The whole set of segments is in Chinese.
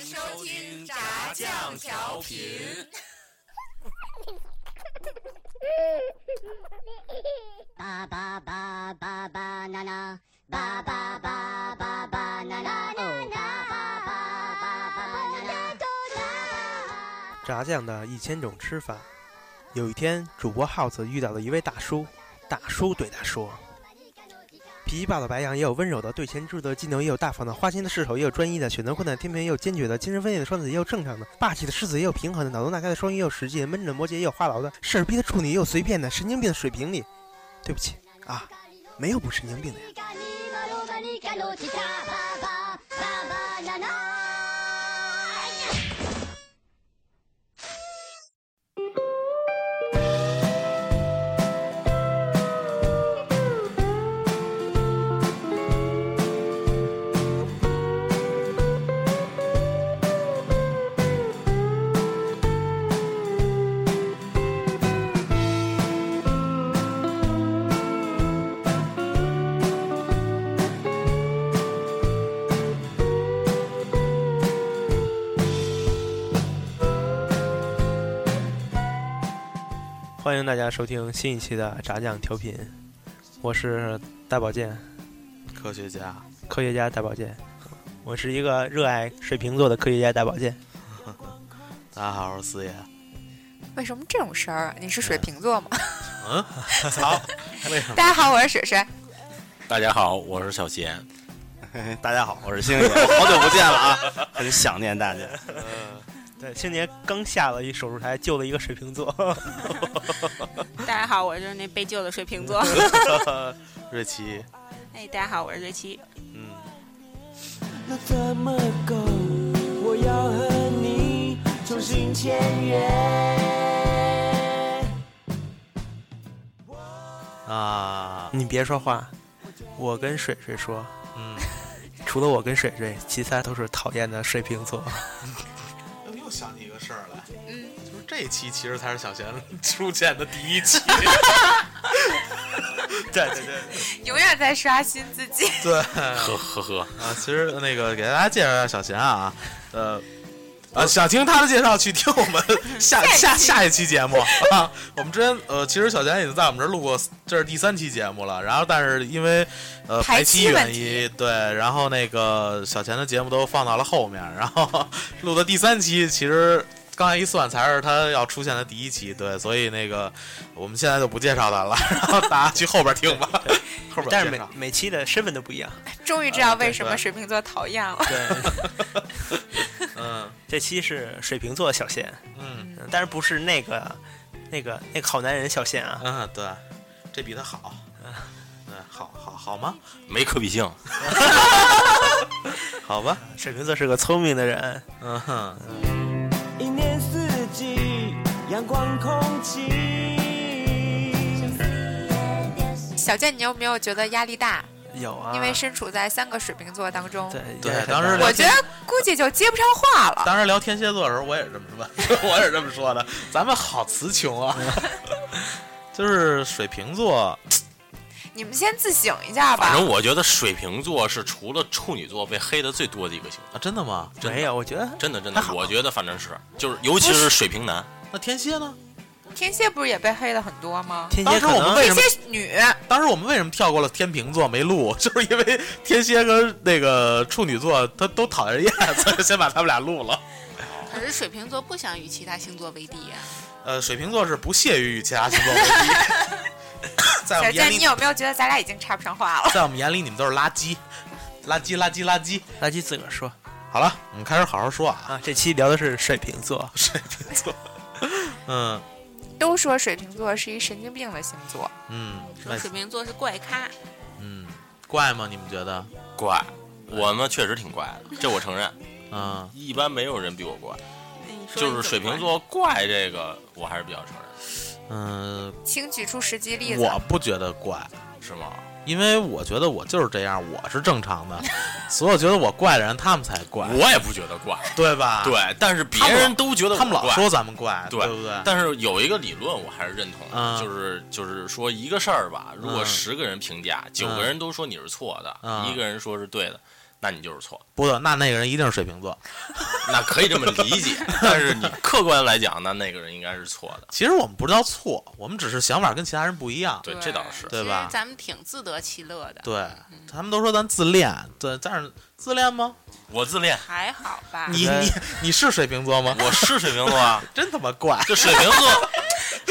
收听炸酱调频。巴巴巴巴巴那那，巴巴巴巴巴那那哦，巴巴巴巴巴那那。炸酱的一千种吃法。有一天，主播耗子遇到了一位大叔，大叔对他说：“脾气暴的白羊，也有温柔的；对钱智的技能，也有大方的；花心的势手，也有专一的；选择困难天平，也有坚决的；精神分裂的双子，也有正常的；霸气的狮子，也有平衡的；脑洞大开的双鱼，也有实际的；闷着摩羯，也有话痨的；事儿逼的处女，也有随便的；神经病的水瓶里，对不起啊，没有不神经病的呀。”欢迎大家收听新一期的炸酱调频，我是大保健。科学家，科学家大保健，我是一个热爱水瓶座的科学家大保健。大家好，我是四爷。为什么这种声儿啊？你是水瓶座吗？ 好，为什么？大家好，我是水水。 大家好，我是小贤。大家好，我 是星星，我好久不见了啊，很想念大家。对，青年刚下了一手术台，救了一个水瓶座。 大家好，我就是那被救的水 瓶座。瑞奇，哎，大家好，我是瑞奇。嗯，那怎么够？我要和你重新签约。啊，你别说话，我跟水水说，嗯，除了我跟水水，其他都是讨厌的水瓶 座。我又想起一个事儿来，嗯，就是这一期其实才是小贤 出现的第一期。对对对，永远在刷新自己。对 呵呵呵，啊，其实那个给大家介绍一下小 贤啊，呃。啊，想听他的介绍，去听我 们下下下一期节目啊。我们之前呃，其实小贤已经在我们这儿录过，这是第三期节目了。然后，但是因为呃排排期期问原题因，对，然后那个小贤的节目都放到了后面，然后 录的第三期，其实刚才一算才是他要出现的第一期，对，所以那个我们现在就不介绍他了，然后大家去后边听吧。后边但介是每绍每期的身份都不一样。终于知道啊对为什么对水瓶座讨厌了。对， 嗯这期是水瓶座小贤，嗯嗯当然不是那个那个那个好男人小贤啊。 嗯，对，这比他好。嗯，好好好吗？没可比性。 好吧，水瓶座是个聪明的人，嗯哼，一年四季，阳光空气。小健，你有没有觉得压力大？有啊，因为身处在三个水瓶座当中，对对压力很当时大聊我觉得估计就接不上话了。当时聊天蝎座的时候，我也是这么说，我也是这么说的。咱们好词穷啊， 就是水瓶座，你们先自省一下吧反。啊正我觉得水瓶座是除了处女座被黑的最多的一个星座。啊，真的吗？真的没有，我觉得真的真还的，好我觉得反正是，就是尤其是水瓶男，那天蝎呢？天蝎不是也被黑了很多吗？天当蝎时可我们能为天什么？蝎女，当时我们为什么跳过了天秤座没录？ 就是因为天蝎跟那个处女座他都讨厌 厌，所以先把他们俩录了。可是水瓶座不想与其他星座为敌啊呀、呃，水瓶座是不屑于与其他星座为敌， 在小我们眼健，里你，有没有觉得咱俩已经插不上话了？在我们眼里你们都是垃圾，垃圾垃圾垃圾。垃圾自个儿说好了，我们开始好好说啊，啊。这期聊的是水瓶座，水瓶座，嗯都说水瓶座是一神经病的星座，嗯，说水瓶座是怪咖，嗯，怪吗？你们觉得？怪。我呢确实挺怪的，这我承认。嗯，一般没有人比我怪，哎你说就是你怎水么瓶怪，座怪这个，我还是比较承认，嗯，请举出实际例子。我不觉得怪，是吗？因为我觉得我就是这样，我是正常的。所有觉得我怪的人，他们才怪，我也不觉得怪，对吧？，对，但是别他们老人都觉得他们我老怪说咱们怪，对不对？但是有一个理论我还是认同的，嗯就是就是说一个事儿吧，如果嗯啊十个人评价，九、个人都说你是错的，嗯一个人说是对的，那你就是错，不对，那那个人一定是水瓶座。 那可以这么理解。但是你客观来讲，那那个人应该是错的。其实我们不知道错，我们只是想法跟其他人不一样。对，这倒是。对吧其实咱们挺自得其乐的，对，他们都说咱自恋，对，但是自恋吗？我自恋，还好吧？嗯你你你是水瓶座吗？我是水瓶座啊，真他妈怪！就水瓶 座，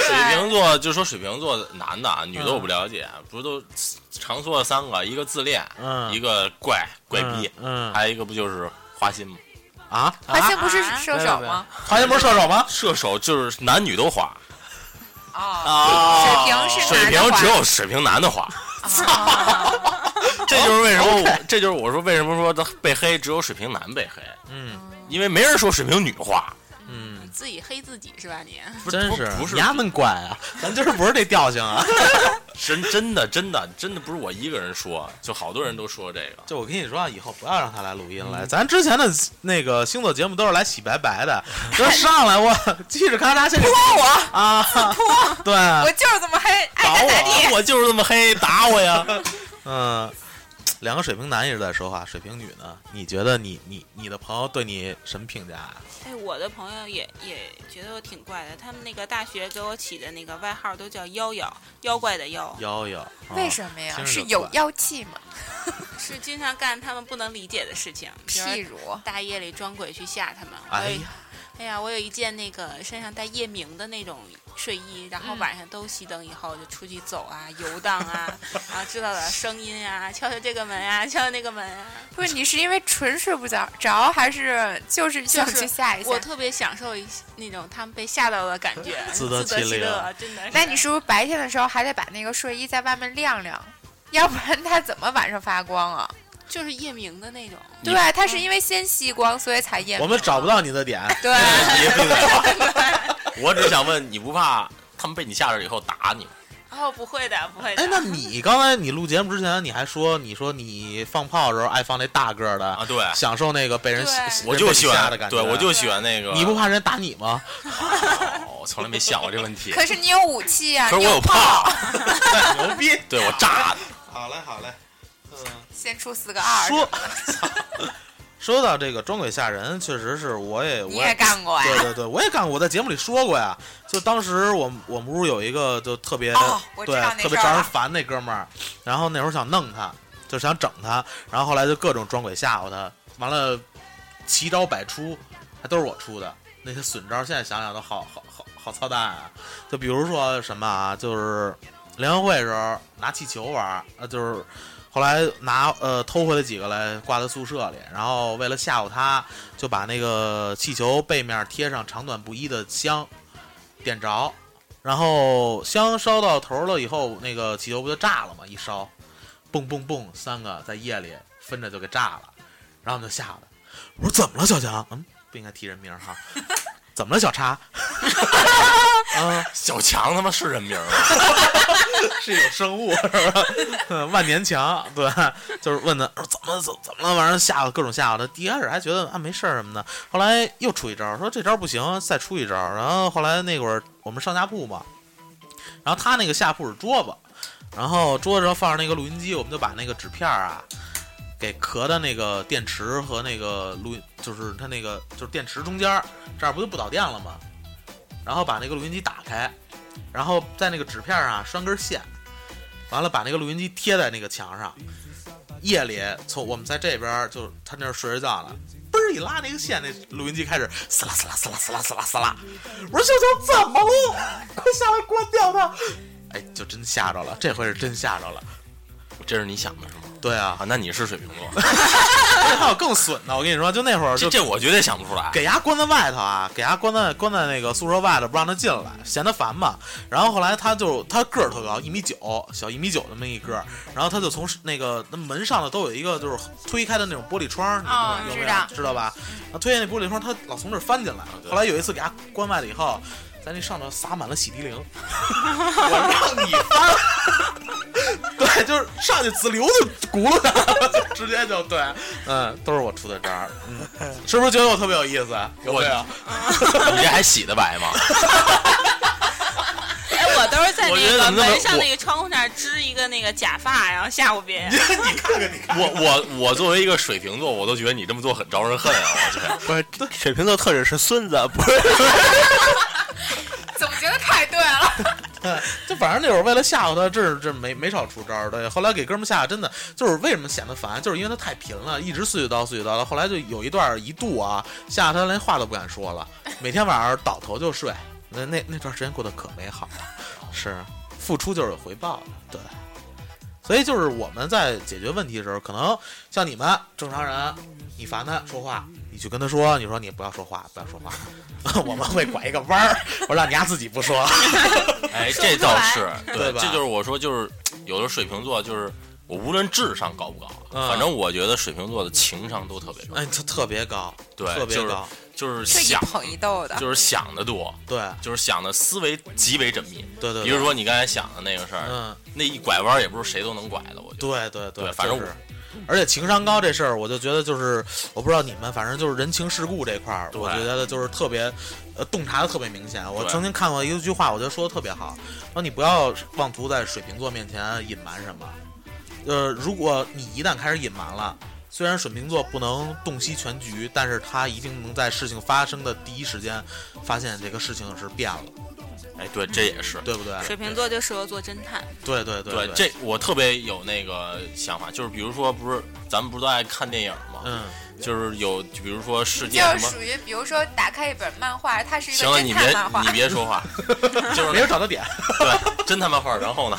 水瓶座就说水瓶座男的啊，女的我嗯不了解，不是都常说的三个，一个自恋，嗯一个怪怪逼，嗯嗯还有一个不就是花心吗？啊，花心不是啊射手吗？花心不是射手 吗？射手就是男女都花，哦，水瓶是水男的哦瓶花只有水瓶男 的花。这就是为什哦么我，这就是我说为什么说他被黑只有水瓶男被黑，嗯因为没人说水瓶女花，嗯，自己黑自己是吧你？不真不是不是衙门怪啊， 咱今儿不是这调性啊。 真真的真的真的不是我一个人说，就好多人都说这个。就我跟你说啊，以后不要让他来录音来。咱之前的那个星座节目都是来洗白白 的，就上来我叽里咔嚓先给泼我，啊， 对，啊我就是这么黑，爱打咋咋地。我，我就是这么黑，打我 呀！嗯，两个水瓶男一直在说话，水瓶女呢？你觉得你你你的朋友对你什么评价啊？哎，我的朋友也也觉得我挺怪的，他们那个大学给我起的那个外号都叫“妖妖”，妖怪的妖，悠悠，为什么呀听？着是就有怪妖气吗？是经常干他们不能理解的事情，比如譬如，大夜里装鬼去吓他们。哎我呀有一哎呀，我有一件那个身上带夜明的那种睡衣，然后嗯晚上都熄灯以后就出去走啊、游荡啊，然后知道点声音啊，敲敲这个门啊，敲敲那个门啊。不是你是因为纯睡不着着，还是就是想就是去吓一吓我？特别享受一那种他们被吓到的感 觉，自自得其其乐乐，真的是。那你是不是白天的时候还得把那个睡衣在外面晾晾？要不然它怎么晚上发光啊？就是夜明的那种，对，啊它是因为先吸光，所以才夜我明。们找不到你的点，对， 我只想问，你不怕他们被你吓着以后打你吗？哦，不会的，不会的。哎，那你刚才你录节目之前，你还说你说你放炮的时候爱放那大个儿的啊，，对，享受那个被人对吓我就喜被吓欢的感觉，对我就喜欢那个。你不怕人打你吗？哦？我从来没想过这问题。可是你有武器啊，可你是我有炮， 牛逼！对我炸好嘞，好嘞。先出四个二，说 说到这个装鬼吓人，确实是我也我你也干过对呀？对对，我也干过，我在节目里说过呀。就当时我们我们屋有一个就特别、哦我知对道那特别事儿招人了烦那哥们儿，然后那会儿想弄他，就想整他，然后后来就各种装鬼吓唬他，完了奇招百出，还都是我出的。那些损招，现在想想都好好好好操蛋啊！就比如说什么啊，就是联欢会的时候拿气球玩儿，呃，就是后来拿呃偷回来几个来挂在宿舍里，然后为了吓唬他，就把那个气球背面贴上长短不一的香，点着，然后香烧到头了以后，那个气球不就炸了吗？一烧，蹦蹦蹦，三个在夜里分着就给炸了，然后我们就吓得，我说怎么了，小强？嗯，不应该提人名哈，怎么了，小叉？ 嗯，小强，他妈是人名啊吗？ 是有生物是吧？嗯万年强，对，就是问他说怎么怎怎么了，完了吓唬各种吓唬他。第一开始还觉得啊没事儿什么的，后来又出一招，说这招不行，再出一招。然后后来那会儿我们上下铺嘛，然后他那个下铺是桌子，然后桌子上放着那个录音机，我们就把那个纸片儿啊。给壳的那个电池和那个录音，就是它那个就是电池中间儿，这样不就不导电了吗？然后把那个录音机打开，然后在那个纸片儿上拴根线，完了把那个录音机贴在那个墙上。夜里从我们在这边儿就他那儿睡着觉呢，嘣儿一拉那个线，那录音机开始撕拉撕拉撕拉撕拉撕拉撕拉。我说小强怎么了？快下来关掉它！哎，就真吓着了，这回是真吓着了。这是你想的是吗？对啊啊，，那你是水瓶座，还有更损的，我跟你说，就那会儿 就这这我绝对想不出来。给牙关在外头啊，给牙关在关在那个宿舍外头，不让他进来，嫌他烦嘛。然后后来他就他个儿特高，一米九，小一米九那么一个儿，然后他就从那个那门上的都有一个就是推开的那种玻璃窗，你哦们有没有知道知道吧？啊，推开那玻璃窗，他老从这儿翻进来。后来有一次给他关外了以后，在那上头撒满了洗涤灵， 我 让你翻。对，就是上去紫溜子轱辘他，直 接就对，嗯，都是我出的招儿，嗯，是不是觉得我特别有意啊 思？有没有？你这还洗得白吗？哎，我都是在我觉那得个怎么那么门上我那个窗户那儿织一个那个假发，然后吓唬别人。 我我我作为一个水瓶座，我都觉得你这么做很招人恨啊！我去，不是水瓶座特质是孙子，不是 总结的太对了。就反正那会儿为了吓唬他，这这没没少出招儿。对，后来给哥们吓，真的就是为什么显得烦，就是因为他太贫了，一直碎碎叨碎碎叨的。后来就有一段儿一度啊，吓得他连话都不敢说了，每天晚上倒头就睡。那那那段时间过得可美好了，是付出就是有回报的，对。所以就是我们在解决问题的时候，可能像你们正常人，你烦他说话，你去跟他说，你说你不要说话，不 要说话，我们会拐一个弯儿，我让你丫自己不说。 哎，这倒是对对，吧这就是我说，就是有的水瓶座就是我无论智商高不高，嗯反正我觉得水瓶座的情商都特别高，哎，他特别高，对特别就是高，就是这一想捧一逗啊的，就是想的多，对就是想的思维极为缜密。对对。比如，说你刚才想的那个事儿，嗯，那一拐弯也不是谁都能拐的，我觉得。对对对，对反正就我是，而且情商高这事儿，我就觉得就是，我不知道你们，反正就是人情世故这块儿，对我觉得就是特别，呃，洞察的特别明显。我对曾经看过一句话，我觉得说的特别好，说你不要妄图在水瓶座面前隐瞒什么，呃，如果你一旦开始隐瞒了。虽然水瓶座不能洞悉全局，但是他一定能在事情发生的第一时间发现这个事情是变了，哎，对，这也是。对不对？水瓶座就适合做侦探，对对对，对这我特别有那个想法，就是比如说，不是咱们不是都爱看电影吗？嗯，就是有，比如说世界就什是么。属于，比如说打开一本漫画，它是一个行了，你侦探别漫画，你别说话， 就是没人找他点。对，真他妈画。然后呢，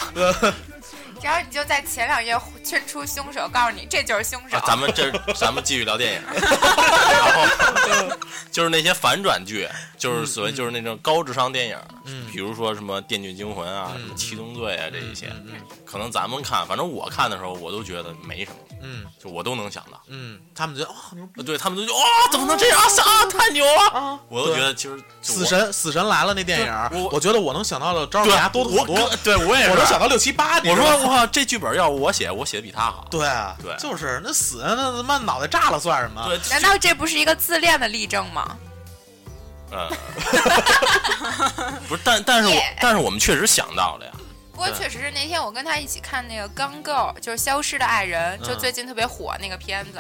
然后你就在前两页圈出凶手，告诉你这就是凶手。啊咱们这咱们继续聊电影， 然后就是那些反转剧，就是所谓就是那种高智商电影，嗯比如说什么《电锯惊魂》啊，嗯什么《七宗罪》啊这一些，嗯嗯可能咱们看，反正我看的时候我都觉得没什么，嗯就我都能想到。嗯，他们觉得哇、牛逼，对他哦们都就哇、怎么能这样啊啊，太牛了！啊我都觉得其实就死我神死神来了那电影，对我我觉得我能想到的招儿比对啊他多我很多，我对我也是，能想到六七八。你我知道说吗我靠，这剧本要我写，我写的比他好。对啊对就是那死人那他妈脑袋炸了算什么？啊对，难道这不是一个自恋的例证吗？ 呃，不是，但但是我耶但是我们确实想到了呀，不过确实是那天我跟他一起看那个《刚 Girl》，就是《消失的爱人》，嗯就最近特别火那个片子。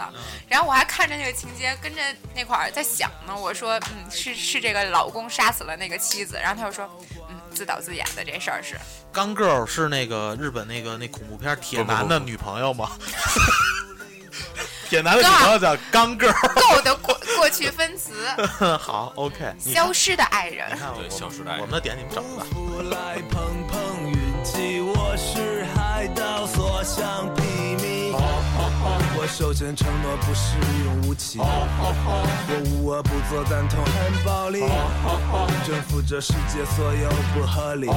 然后我还看着那个情节，跟着那块儿在想呢。我说，嗯，是是这个老公杀死了那个妻子，然后他又说，嗯，自导自演的这事儿是。钢 girl 是那个日本那个那恐怖片铁男的女朋友吗？ 铁男的女朋友叫钢 girl。够的过过去分 词，好，OK，你看消失的爱人。你看我对消失的哎爱人们我们的点你们找不到。不来碰碰运气，我是海盗，所向披靡。我手前承诺不是一种武器，我无恶不作，但痛恨暴力，征服着世界所有不合理，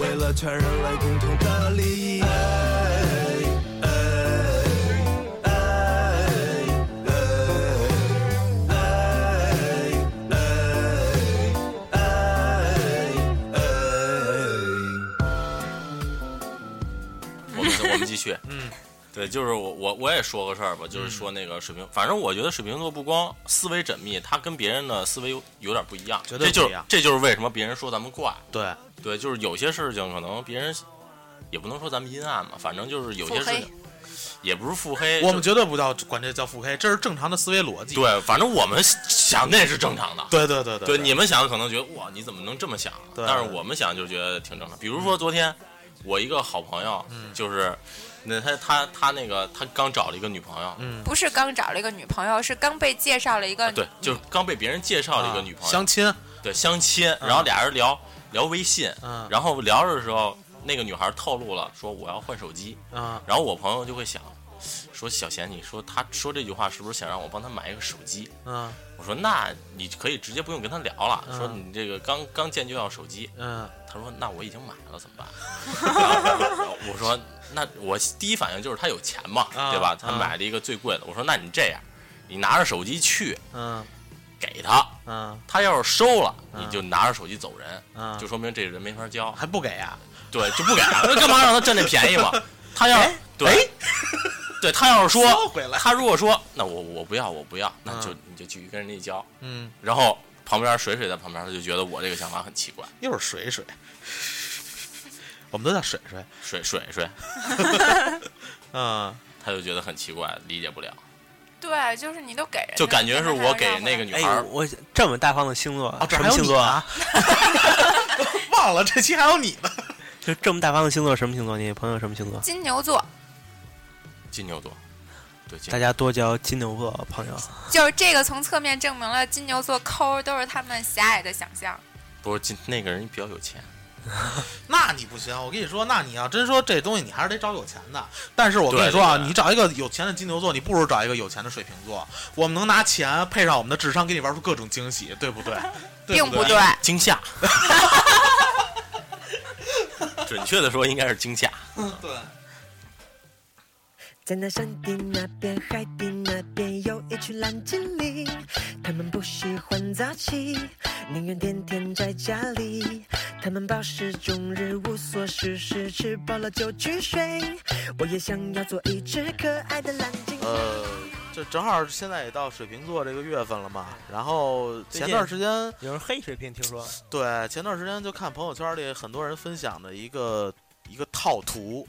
为了全人类共同的利益。哎哎哎哎哎哎哎我们我们继续，嗯，对，就是我我我也说个事儿吧，就是说那个水瓶，反正我觉得水瓶座不光思维缜密，他跟别人的思维有有点不一样，绝对这就不一是样这就是为什么别人说咱们怪，对，对，就是有些事情可能别人也不能说咱们阴暗嘛，反正就是有些腹事黑情也不是腹黑，我们就绝对不叫管这叫腹黑，这是正常的思维逻辑。对，反正我们想那是正常的，对对对对对，你们想可能觉得哇，你怎么能这么想？啊对但是我们想就觉得挺正常。比如说昨天，我一个好朋友，嗯就是那他他他那个他刚找了一个女朋友，啊嗯，不是刚找了一个女朋友，是刚被介绍了一个。对，就是刚被别人介绍了一个女朋友，啊相亲，对相亲，然后俩人聊聊微信，嗯然后聊着的时候，那个女孩透露了说我要换手机，嗯，然后我朋友就会想说小贤，你说他说这句话是不是想让我帮他买一个手机？嗯我说那你可以直接不用跟他聊了，说嗯你这个刚刚见就要手机，嗯，他说：“那我已经买了，怎么 办？”然后我说：“那我第一反应就是他有钱嘛，啊对吧？他啊买了一个最贵的。”我说：“那你这样，你拿着手机去嗯给他，嗯他要是收了，嗯你就拿着手机走人，嗯，就说明这人没法交。还不给啊呀？对，就不给他，那干嘛让他占这便宜 嘛？他要对，对他要是收说，哎回来。他如果说那我我不要我不要，那就嗯你就继续跟人家交。嗯，然后旁边水水在旁边，他就觉得我这个想法很奇怪。又是水水， 我们都叫水水。水水水，嗯，他就觉得很奇怪，理解不了，对，就是你都给哎人，就感觉是我给那个女哎孩儿呦，我这么大方的星座，啊哦这什还么有星座啊？ 忘了这期还有你呢。就这么大方的星座，什么星座？你朋友什么星座？金牛座，金牛座，对，金大哎家多交金牛座朋友。就是这个从侧面证明了金牛座抠都是他们狭隘的想象。不是金那个人比较有钱，那你不行，我跟你说，那你要真说这东西，你还是得找有钱的。但是我跟你说啊，对对对你找一个有钱的金牛座，你不如找一个有钱的水瓶座。我们能拿钱配上我们的智商，给你玩出各种惊喜，对 不对？对并不不对惊吓， 准确的说应该是惊吓，对。在那山顶那边，海底那边有一群蓝精灵，他们不喜欢早起，宁愿天天在家里。他们暴食终日，无所事事，吃饱了就去睡。我也想要做一只可爱的蓝精灵。呃，这正好现在也到水瓶座这个月份了嘛，然后前段时间有人黑水瓶，听说对前段时间就看朋友圈里很多人分享的一个一个套图，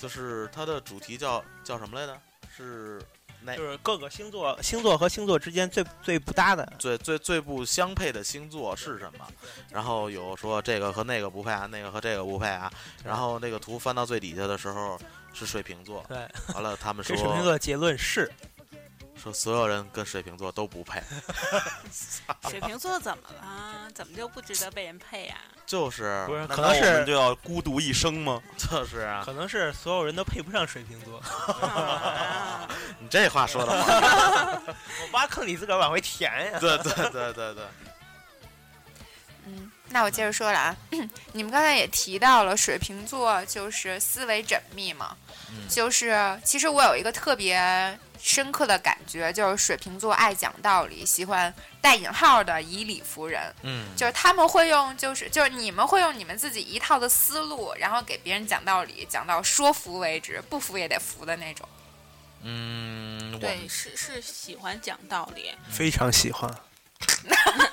就是它的主题叫叫什么来着？是哪哎就是各个星座，星座和星座之间最最不搭的。最最最不相配的星座是什么？然后有说这个和那个不配啊，那个和这个不配啊。然后那个图翻到最底下的时候是水瓶座，对，完了他们这水瓶说座的结论是，说所有人跟水瓶座都 不配，水瓶座怎么了？怎么就不值得被人配啊呀、就是不是那可能那我是我们就要孤独一生吗？就是啊，可能是所有人都配不上水瓶座。啊？你这话说的话，我挖坑你自个儿往回填呀。 对对对对对，嗯，那我接着说了啊， 你们刚才也提到了水瓶座就是思维缜密嘛，嗯就是其实我有一个特别深刻的感觉，就是水瓶座爱讲道理，喜欢带引号的以理服人，嗯，就是他们会用就是就是你们会用你们自己一套的思路，然后给别人讲道理，讲到说服为止，不服也得服的那种。嗯，我 对，是是喜欢讲道理，非常喜欢，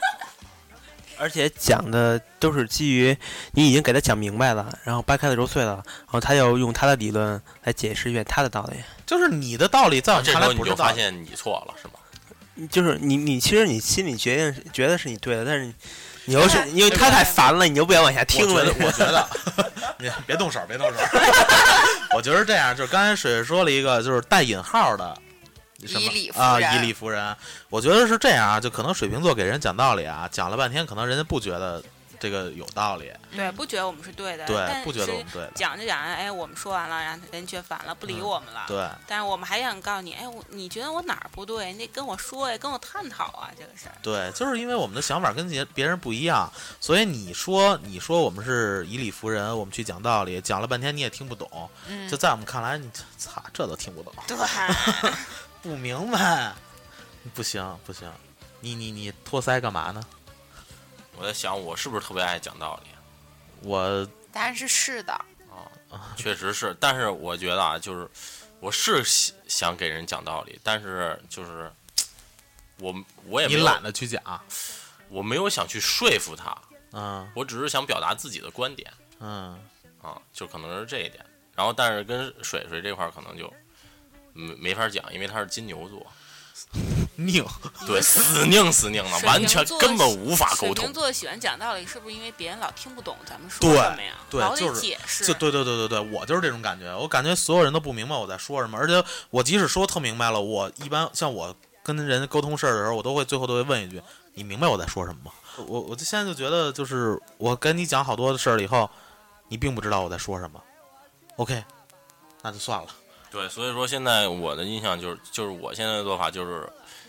而且讲的都是基于你已经给他讲明白了，然后掰开了揉碎了，然后他又用他的理论来解释一遍他的道理。就是你的道理在我们啊这时看来候你不是就道发理，现你错了是吗？就是你，你其实你心里决定是觉得是你对的，但是你你又是对因为他太烦了，你就不想往下听我了 觉。得，我觉得， 你别动手，别动手。 我觉得这样，就是刚才水水说了一个，就是带引号的。什么以理服啊，人以理服人，我觉得是这样啊，就可能水瓶座给人讲道理啊，讲了半天，可能人家不觉得这个有道哎理，对，不觉得我们是对的，但对，不觉得是我们对的，讲着讲着，哎，我们说完了，然后人却烦了，不理嗯我们了。对，但是我们还想告诉你，哎，我你觉得我哪儿不对？你得跟我说呀，跟我探讨啊，这个事儿。对，就是因为我们的想法跟别别人不一样，所以你说你说我们是以理服人，我们去讲道理，讲了半天你也听不懂，嗯就，在我们看来，你 操，这都听不懂，对，不明白，不行不行，你你你托腮干嘛呢？我在想我是不是特别爱讲道理我答案是是的，啊？确实是，但是我觉得啊，就是我是喜想给人讲道理，但是就是我我也没你有懒，得去讲，我没有想去说服他，嗯我只是想表达自己的观点。嗯，啊，就可能是这一点。然后，但是跟水水这块儿可能就没没法讲，因为他是金牛座，拧，对， 死拧死拧的，水完瓶全座根本喜无法沟水通瓶。座喜欢讲道理，是不是因为别人老听不懂咱们说 对什么呀？对老就得是解释。就对对对对对，我就是这种感觉，我感觉所有人都不明白我在说什么，而且我即使说特明白了，我一般像我跟人沟通事儿的时候，我都会最后都会问一句：“你明白我在说什么吗？”我我就现在就觉得，就是我跟你讲好多的事儿了以后，你并不知道我在说什么。OK，那就算了。对，所以说现在我的印象就是，就是我现在的做法就是，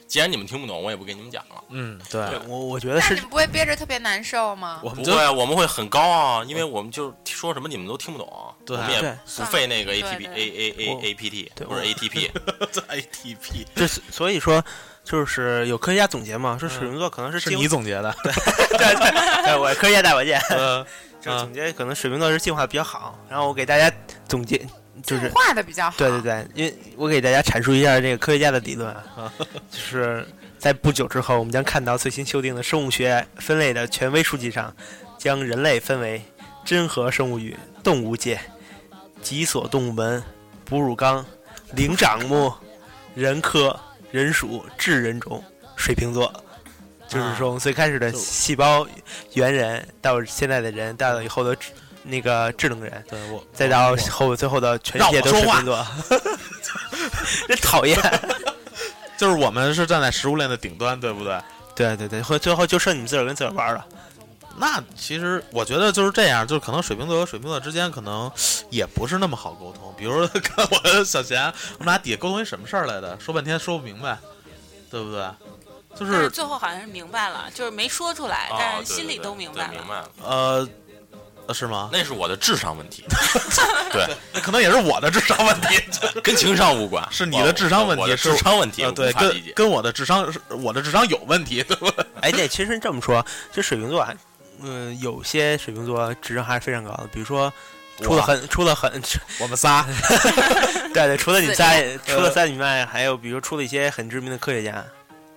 既然你们听不懂，我也不给你们讲了。嗯，对，我我觉得那是你们不会憋着特别难受吗？我不们就哦会啊，我们会很高啊，因为我们就是说什么你们都听不懂，对我们对也不费那个 A 对 T P 对 A A 我 A A P T 对或者我 A T P，啊这 ATP 这是所以说，就是有科学家总结嘛，说水瓶座可能嗯是是进你总结的， 对对对，我科学家带我见，嗯就是总结可能水瓶座是进化的比较好，然后我给大家总结，就是进化的比较好。对对对，因为我给大家阐述一下这个科学家的理论啊， 就是在不久之后，我们将看到最新修订的生物学分类的权威书籍上，将人类分为真核生物与动物界，脊索动物门、哺乳纲、灵长目、人科、人属、智人种、水瓶座。就是啊说，最开始的就细胞猿人，到现在的人，到以后的智那个智能人，对我 再到后最后的全世让界我都说水话瓶座， 真讨厌。就是我们是站在食物链的顶端，对不对？对对对，后最后就剩你们自个儿跟自个儿玩了。那其实我觉得就是这样，就是可能水瓶座和水瓶座之间可能也不是那么好沟通。比如说 看我跟小贤，我们俩底下沟通一什么事儿来的，说半天说不明白，对不对？就但是是最后好像是明白了，就是没说出来，哦但对是心对里对都对明明白了。了，呃，呃是吗？那是我的智商问 题，那可能也是我的智商问题，跟情商无关， 是你的智商问题我的是我智商问题，呃对，我无法理跟解。跟我的智商，是我的智商有问题，对不对？哎，对，其实这么说，这水瓶座啊，嗯、有些水瓶座智商还是非常高的，比如说出了很出了很， 我们仨，对对，除了你们仨，除了呃仨以外，还有比如说出了一些很知名的科学家，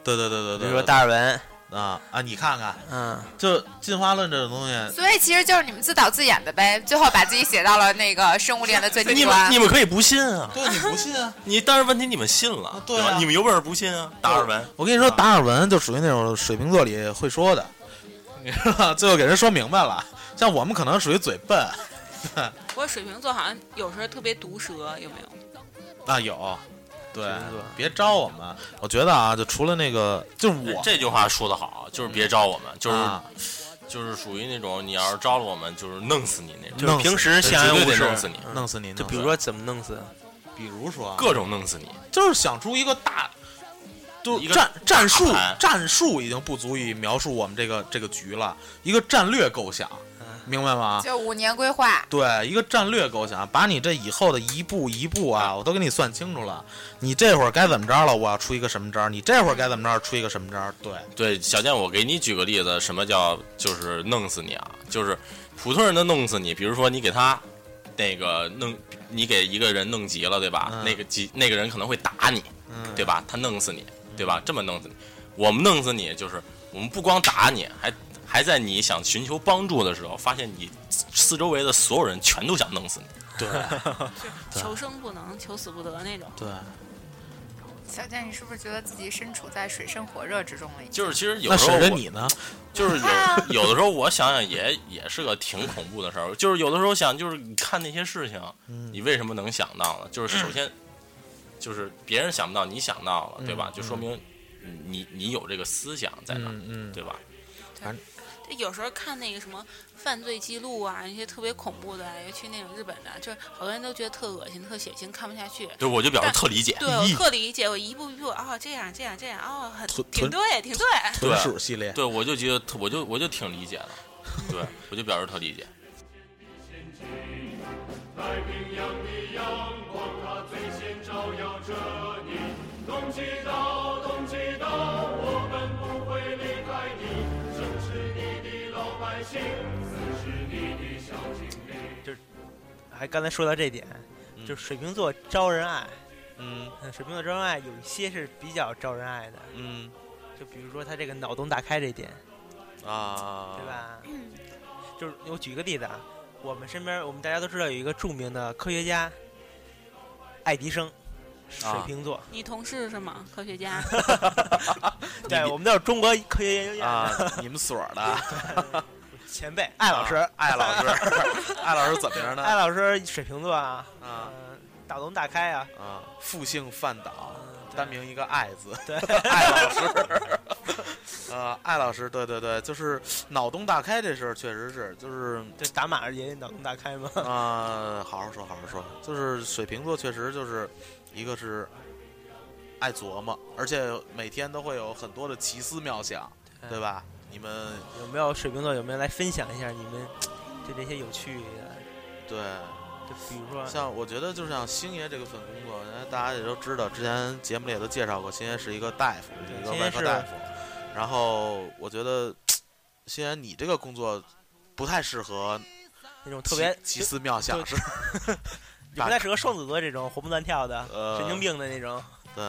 对对对对对，比对如说达尔文，啊啊，你看看，嗯，就进化论这种东西，所以其实就是你们自导自演的呗，最后把自己写到了那个生物链的最 你顶们端你。们可以不信啊，对你不信 啊？你但是问题你们信了啊，对啊吧？你们有本事不信啊，达尔文。我跟你说，达尔文就属于那种水瓶座里会说的，你知道吧，最后给人说明白了。像我们可能属于嘴笨不过水瓶座好像有时候特别毒舌，有没有？啊，有，对水瓶座，别招我们。我觉得啊，就除了那个，就是我，这句话说得好，就是别招我们，就是、啊，就是属于那种你要是招了我们，就是弄死你那种，就是平时相安绝无对事得，弄死你，弄死你，就比如弄死说怎么弄死，你，比如说啊，各种弄死你。就是想出一个大，就一个战战术盘战术已经不足以描述我们这个这个局了，一个战略构想，明白吗？就五年规划，对，一个战略构想，把你这以后的一步一步啊，我都给你算清楚了。你这会儿该怎么着了？我要出一个什么招儿？你这会儿该怎么着？出一个什么招儿？对，对，小健，我给你举个例子，什么叫就是弄死你啊？就是普通人的弄死你，比如说你给他那个弄，你给一个人弄急了，对吧？嗯那个急，那个人可能会打你，嗯，对吧？他弄死你，对吧？这么弄死你，我们弄死你就是我们不光打你，还还在你想寻求帮助的时候，发现你四周围的所有人全都想弄死你。对求生不能，求死不得那种。对，小健，你是不是觉得自己身处在水深火热之中了？已经就是其实有那时候婶婶我你呢？就是 有有的时候我想想也也是个挺恐怖的事儿，就是有的时候想就是你看那些事情，嗯你为什么能想到呢？就是嗯首先就是别人想不到，你想到了，对嗯吧？就说明你你有这个思想在那儿，嗯嗯，对吧？就有时候看那个什么犯罪记录啊，那些特别恐怖的啊，尤其那种日本的，就是好多人都觉得特恶心、特血腥，看不下去。对，我就表示但特理解。对我特理解，我一步一步啊、这样这样这样哦，很臀挺臀对，挺对。豚鼠系列，对，我就觉得特，我就我就挺理解的，对我就表示特理 解。还刚才说到这一点，就是水瓶座招人爱，嗯嗯水瓶座招人爱有一些是比较招人爱的，嗯就比如说他这个脑洞大开这一点，啊，对？吧？ 就是我举一个例子啊，我们身边我们大家都知道有一个著名的科学家爱迪生，水啊瓶座。你同事是吗？科学家？对，我们都是中国科学研究院的 啊，你们所儿的前辈，艾老师，啊艾老师， 艾老师怎么样呢？艾老师水瓶座啊，啊呃，大龙大开啊，啊，复姓范岛嗯，对单名一个爱字，对， 艾老师， 呃，艾老师，对对对，就是脑洞大开这事儿，确实是，就是对，打马儿也大龙大开嘛。啊、好好说，好好说。就是水瓶座确实就是一个是爱琢磨，而且每天都会有很多的奇思妙想，对吧？你们 有没有水瓶座？有没有来分享一下你们对这些有趣的？对，就比如说，像我觉得就像星爷这个份工作，因为大家也都知道，之前节目里也都介绍过，星爷是一个大夫，对一个星爷外科是大夫。然后我觉得，星爷你这个工作不太适合那种特奇别奇思妙想就是 就不太适合双子座这种活蹦乱跳的、呃神经病的那种。对，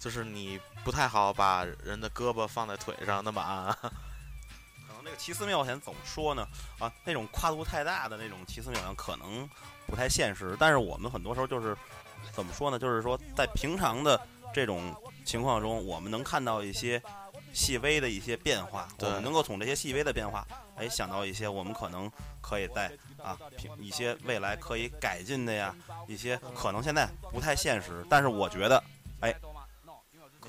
就是你不太好把人的胳膊放在腿上那么安。啊可能这个奇思妙想怎么说呢？啊，那种跨度太大的那种奇思妙想可能不太现实，但是我们很多时候就是怎么说呢？就是说在平常的这种情况中，我们能看到一些细微的一些变化，我对们能够从这些细微的变化，哎，想到一些我们可能可以在啊平一些未来可以改进的呀，一些可能现在不太现实，但是我觉得，哎。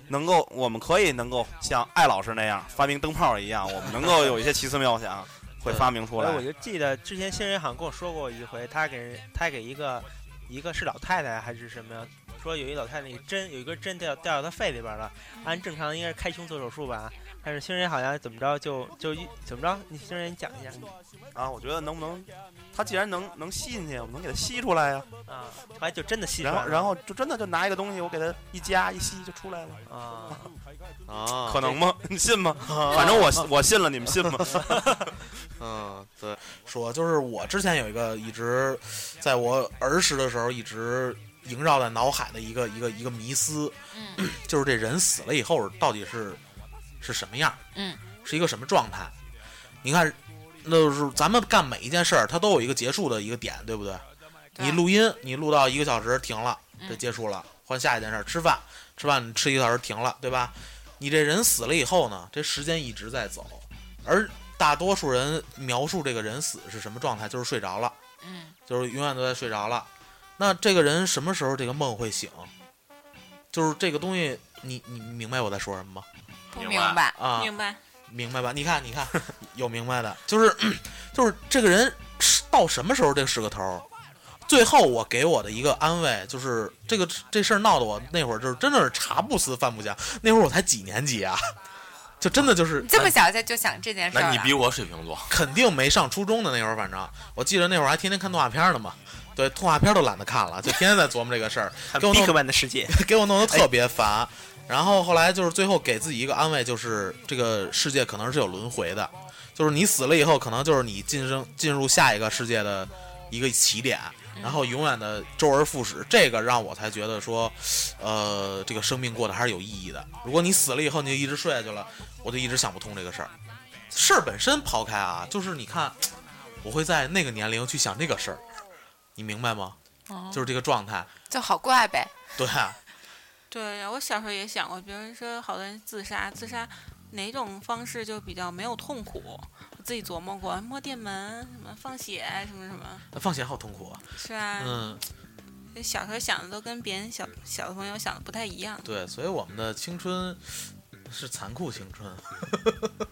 能够，我们可以能够像艾老师那样发明灯泡一样，我们能够有一些奇思妙想，会发明出后来来。我就记得之前新人好像跟我说过一回，他给人他给一个一个是老太太还是什么呀？说有一老太太那个针有一根针掉掉到她肺里边了，按正常应该是开胸做手术吧，但是新人好像怎么着就就一怎么着，你新人你讲一下啊，我觉得能不能，他既然能能吸进去，我们能给它吸出来呀、啊，后来就真的吸出然来后了，然后就真的就拿一个东西，我给它一夹一吸就出来了， 啊，啊，可能吗？你信吗？ 反正我我信了，你们信 吗？嗯，对，说就是我之前有一个一直在我儿时的时候一直萦绕在脑海的一个一个一个迷思，嗯 就是这人死了以后到底是是什么样？嗯，是一个什么状态？你看，那就是咱们干每一件事儿，它都有一个结束的一个点，对不对？对你录音，你录到一个小时停了，这嗯结束了，换下一件事儿。吃饭，吃饭你吃一个小时停了，对吧？你这人死了以后呢，这时间一直在走，而大多数人描述这个人死是什么状态，就是睡着了，嗯，就是永远都在睡着了。那这个人什么时候这个梦会醒？就是这个东西，你你明白我在说什么吗？不明明白白，啊，明白？明白吧？你看，你 看，有明白的，就是 就是这个人是到什么时候这是个头儿？最后我给我的一个安慰就是，这个这事儿闹得我那会儿就是真的是茶不思饭不想，那会儿我才几年级啊，就真的就是你这么小就就想这件事那啊儿你了比我水平多，肯定没上初中的那会儿，反正我记得那会儿还天天看动画片呢嘛，对，动画片都懒得看了，就天天在琢磨这个事儿，给我弄 Big Man 的世界， 给我弄得特别烦。然后后来就是最后给自己一个安慰，就是这个世界可能是有轮回的，就是你死了以后，可能就是你晋升进入下一个世界的一个起点，然后永远的周而复始。这个让我才觉得说，呃，这个生命过得还是有意义的。如果你死了以后你就一直睡下去了，我就一直想不通这个事儿。事儿本身抛开啊，就是你看，我会在那个年龄去想这个事儿，你明白吗？就是这个状态，就好怪呗。对啊，对，我小时候也想过，比如说好多人自杀，自杀哪种方式就比较没有痛苦？我自己琢磨过，摸电门、什么放血、什么什么，放血好痛苦啊。是啊。嗯，就小时候想的都跟别人小小的朋友想的不太一样，对，所以我们的青春嗯是残酷青 春，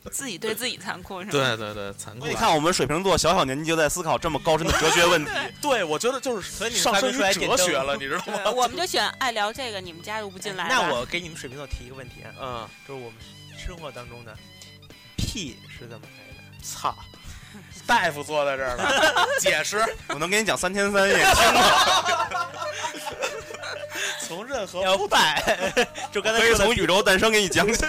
自己对自己残酷是吧？对对对，残酷啊。你看我们水瓶座小小年纪就在思考这么高深的哲学问题， 对我觉得就是所以你们上发升明于出来哲电灯学了，你知道吗？对，呃我们就选爱聊这个，你们加入不 进哎来吧。那我给你们水瓶座提一个问题啊，嗯，就是我们生活当中的 P 是怎么来的？操，大夫坐在这儿了，解释我能给你讲三天三 夜。 从任何摇摆，就刚才可以说的从宇宙诞生给你讲起。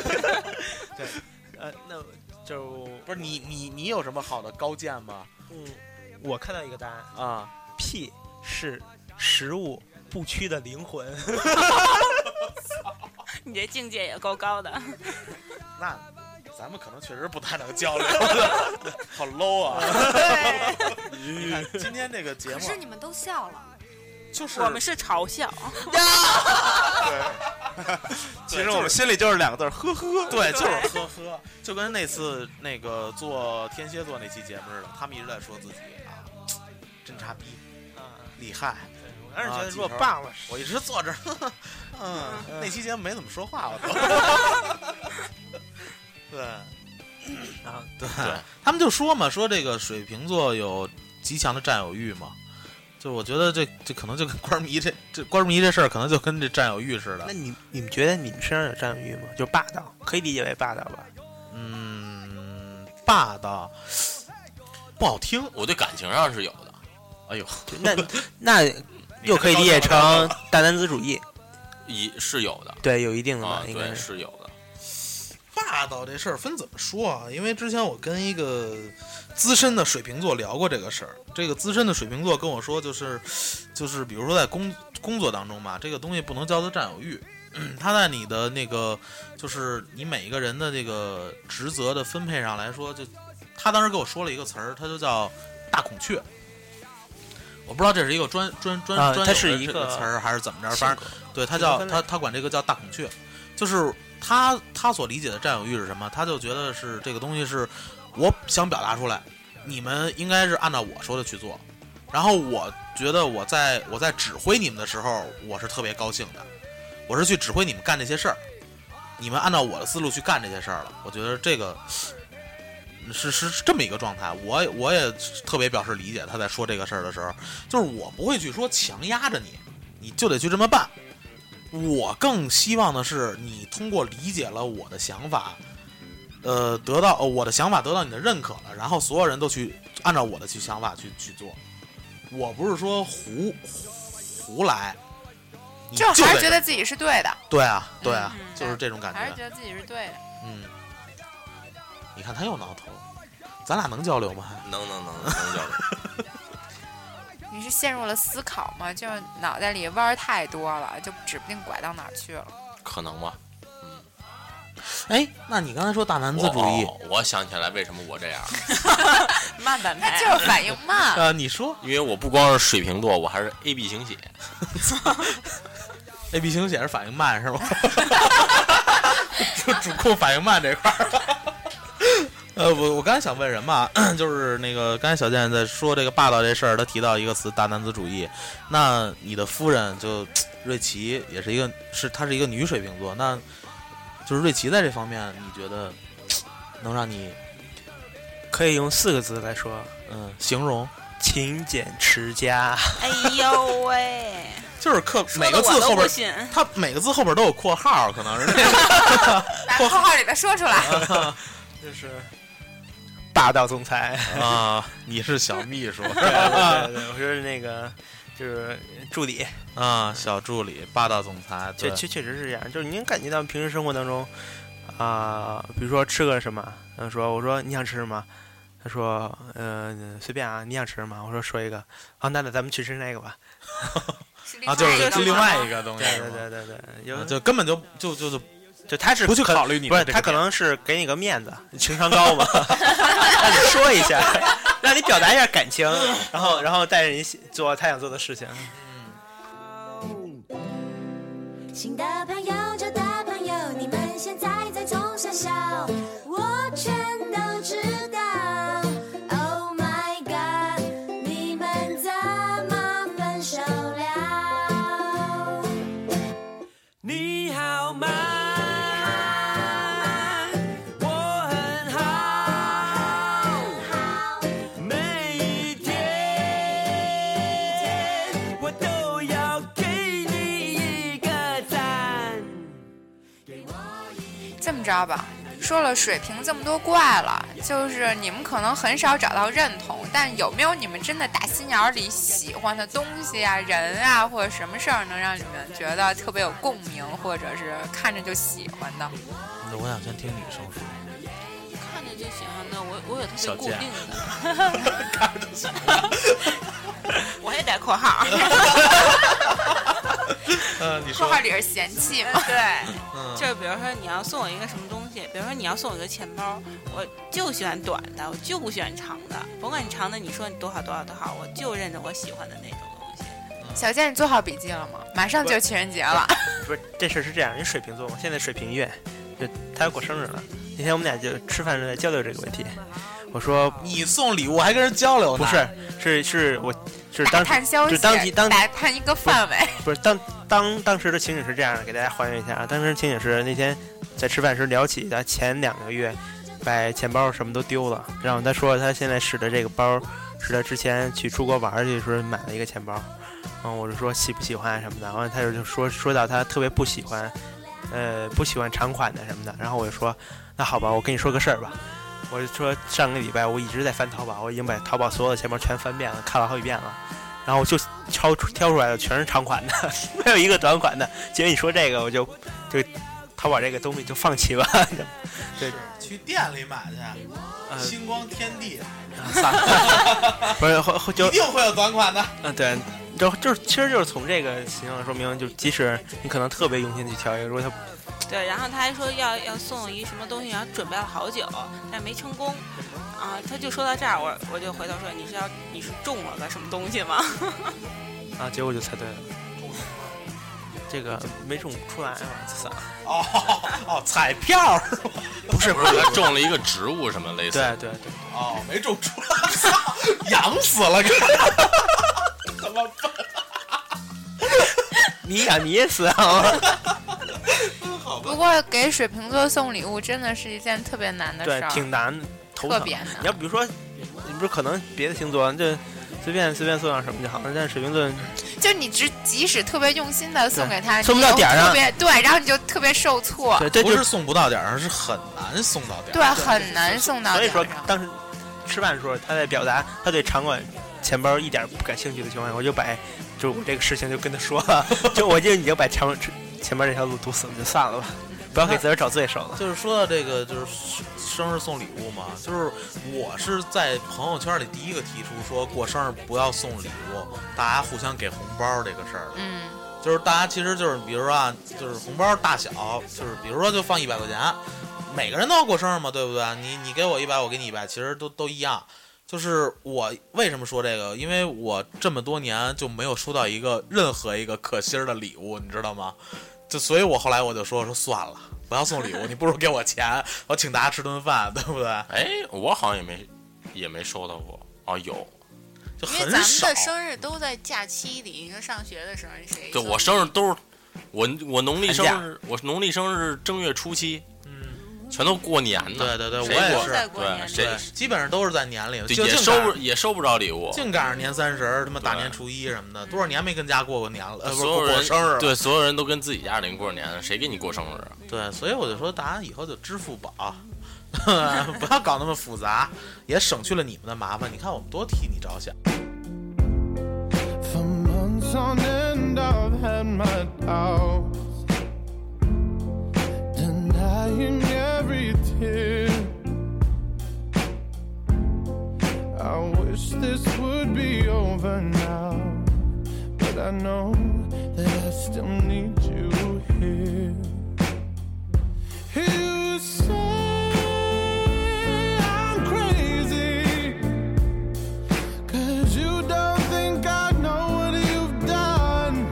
呃，那就不是你你你有什么好的高见吗？嗯，我看到一个答案啊， ，P 是食物不屈的灵魂。 你这境界也够高的，那咱们可能确实不太能交流了， 好 low 啊！ 你看今天这个节可目是你们都笑了，就是我们是嘲 笑，其实我们心里就是两个字儿，呵呵。对，就是呵呵，就跟那次那个做天蝎座那期节目似的，他们一直在说自己啊，真傻逼，啊，厉害。我当时觉得如果啊几条棒了，我一直坐这儿， 呵呵嗯，嗯那期节目没怎么说话，我都。对，啊，对对他们就说嘛，说这个水瓶座有极强的占有欲嘛。就我觉得这这可能就跟官迷这这官迷这事儿，可能就跟这占有欲似那的。你你们觉得你们身上有占有欲吗？就霸道，可以理解为霸道吧？ 嗯，霸道不好听，我对感情上是有的。哎呦，那那又可以理解成大男子主义，一是有的对，有一定的啊吧，，应该对，是。是有的。霸道这事儿分怎么说啊？因为之前我跟一个资深的水瓶座聊过这个事儿，这个资深的水瓶座跟我说，就是就是比如说在工工作当中嘛，这个东西不能叫做占有欲。嗯它在你的那个，就是你每一个人的这个职责的分配上来说，就他当时给我说了一个词儿，他就叫大孔雀。我不知道这是一个专专专啊专有它的是一这个词儿还是怎么着，性反正格对他性格叫分类他他管这个叫大孔雀，就是他他所理解的占有欲是什么？他就觉得是这个东西是我想表达出来，你们应该是按照我说的去做，然后我觉得我在我在指挥你们的时候，我是特别高兴的，我是去指挥你们干这些事儿，你们按照我的思路去干这些事儿了，我觉得这个。是是是这么一个状态，我也我也特别表示理解。他在说这个事儿的时候，就是我不会去说强压着你，你就得去这么办。我更希望的是，你通过理解了我的想法，呃，得到、呃我的想法得到你的认可了，然后所有人都去按照我的去想法去去做。我不是说胡胡来，你就还得是觉得自己是对的，对啊，对啊，嗯就是这种感还是觉。觉得自己是对的。嗯，你看他又挠头，咱俩能交流吗？能能能能交流。你是陷入了思考吗？就是脑袋里弯儿太多了，就指不定拐到哪儿去了。 可能吧。哎，那你刚才说大男子我主义，哦我想起来为什么我这样，慢半他拍，啊就是反应 慢，呃，你说因为我不光是水瓶座，我还是 A B 型血。 A B 型血是反应慢是吗？ 就主控反应慢这块儿。 呃，我我刚才想问什么啊？ 就是那个刚才小健在说这个霸道这事儿，他提到一个词“大男子主义”。那你的夫人就瑞奇也是一个，是她是一个女水瓶座，那就是瑞奇在这方面，你觉得能让你可以用四个字来说：嗯形容？勤俭持家。哎呦喂，就是克说每得个字我都后不边，信。它每个字后边都有括号，可能是这样。把括号里的说出啊来。 就是霸道总裁。 啊，你是小 秘书 对对对，我说是那个就是助理，啊，小助理，霸道总裁，确对，确确实是这样。就是你能感觉到平时生活当中啊、比如说吃个什么，他说我说你想吃什么，他说呃随便啊，你想吃什么？我说说一个，啊那那咱们去吃那个吧。是啊，就另外一是个是另吗外一个东西对是对吗，对对对，啊有就根本就就就就就他是不去可考虑你不是的这个他可点能是给你个面子，情商高嘛， 让你说一下， 让你表达一下感情，然后然后带着你做他想做的事情。新的朋友，旧的朋友，你们现在在冲啥笑？我全都知道。Oh my god，你们怎么分手了？你好吗？我很好，每一天我都要给你一个赞。这么着吧，说了水瓶这么多怪了，就是你们可能很少找到认同，但有没有你们真的打心眼儿里喜欢的东西啊、人啊，或者什么事儿能让你们觉得特别有共鸣，或者是看着就喜欢的？我想先听女生说，看着就喜欢的，我我有特小别固贱定的， 我也带括号， 呃，你括号里是嫌弃吗？对，嗯就是比如说你要送我一个什么东西，比如说你要送我一个钱包，我就喜欢短的，我就不喜欢长的，甭管你长的你说你多少多少多好，我就认着我喜欢的那种东西。 小健，你做好笔记了吗？马上就情人节了，不是这事儿是这样，人水瓶座嘛，现在水瓶月，就他要过生日了。那天我们俩就吃饭时候在交流这个问题，我说你送礼物还跟人交流呢， 不是，是是我是打当时探消息，就当即当即打探一个范围。 不是当当当时的情景是这样的，给大家还原一下啊。当时情景是那天在吃饭时聊起他前两个月把钱包什么都丢了，然后他说他现在使的这个包是他之前去出国玩儿去的时候买了一个钱包，嗯，我就说喜不喜欢什么的，完了他就说说到他特别不喜欢，呃，不喜欢长款的什么的，然后我就说那好吧，我跟你说个事儿吧。我就说上个礼拜我一直在翻淘宝，我已经把淘宝所有的钱包全翻遍了，看了好几遍了，然后我就挑出挑出来的全是长款的， 没有一个短款的。结果你说这个，我就就淘宝这个东西就放弃吧。去店里买去，星光天地 不是，后后就定会有短款的，嗯对，就就是其实就是从这个情况说明，就是即使你可能特别用心去挑一个，如果它对，然后他还说要要送我一什么东西，然后准备了好久，但是没成功。啊，他就说到这儿，我我就回头说你是要你是中了个什么东 西吗？啊，结果就猜对了。这个没中出来，我操！哦哦，彩票是吧？不是不是，他种了一个植物什么类似 对的，对对，哦，没中出来，痒死了，哥怎么办？你敢迷死啊？不过给水瓶座送礼物真的是一件特别难的 对事，儿，挺难，头特疼。别你难。要比如说，你不是可能别的星座就随便随便送点什么就好了，但是水瓶座就你只即使特别用心的送给他，对送不到点儿上你又特别对，然后你就特别受挫，对这不就是送不到点儿上，是很难送到点儿对，很难送到所以点说儿啊上。当时吃饭的时候，他在表达他对场馆钱包一点不感兴趣的情况下，我就把就我这个事情就跟他说了， 就我就已经把场馆钱包这条路堵死了，就算了吧，不要给自个儿找罪受了。就是说到这个，就是生日送礼物嘛，就是我是在朋友圈里第一个提出说过生日不要送礼物，大家互相给红包这个事儿的。嗯，就是大家其实就是比如说啊，就是红包大小，就是比如说就放一百块钱，每个人都要过生日嘛，对不对？你你给我一百，我给你一百，其实都都一样。就是我为什么说这个？因为我这么多年就没有收到一个任何一个可心儿的礼物，你知道吗？就所以，我后来我就说说算了，不要送礼物，你不如给我钱，我请大家吃顿饭，对不对？哎，我好像也没也没收到过啊，有，就因为很咱们少。的生日都在假期里，你说上学的时候谁？对我生日都是我我农历生寒日，我农历生日正月初七，嗯，全都过年呢，对对对，我谁也过是在，过年对，里谁对，基本上都是在年里，对就也净收赶不也收不着礼物，净赶上年三十儿，他妈大对年初一什么的，多少年没跟家过过年了，呃，不是所有过过人生日了。对所有人都跟自己家人过年，谁给你过生日啊？对，所以我就说，大家以后就支付宝， 不要搞那么复杂，也省去了你们的麻烦。你看，我们多替你着想。 For months on end, I've had my doubts, denying every tear. I wish this would be over now, but I know that I still need you here. You say I'm crazy. Cause you don't think I know what you've done.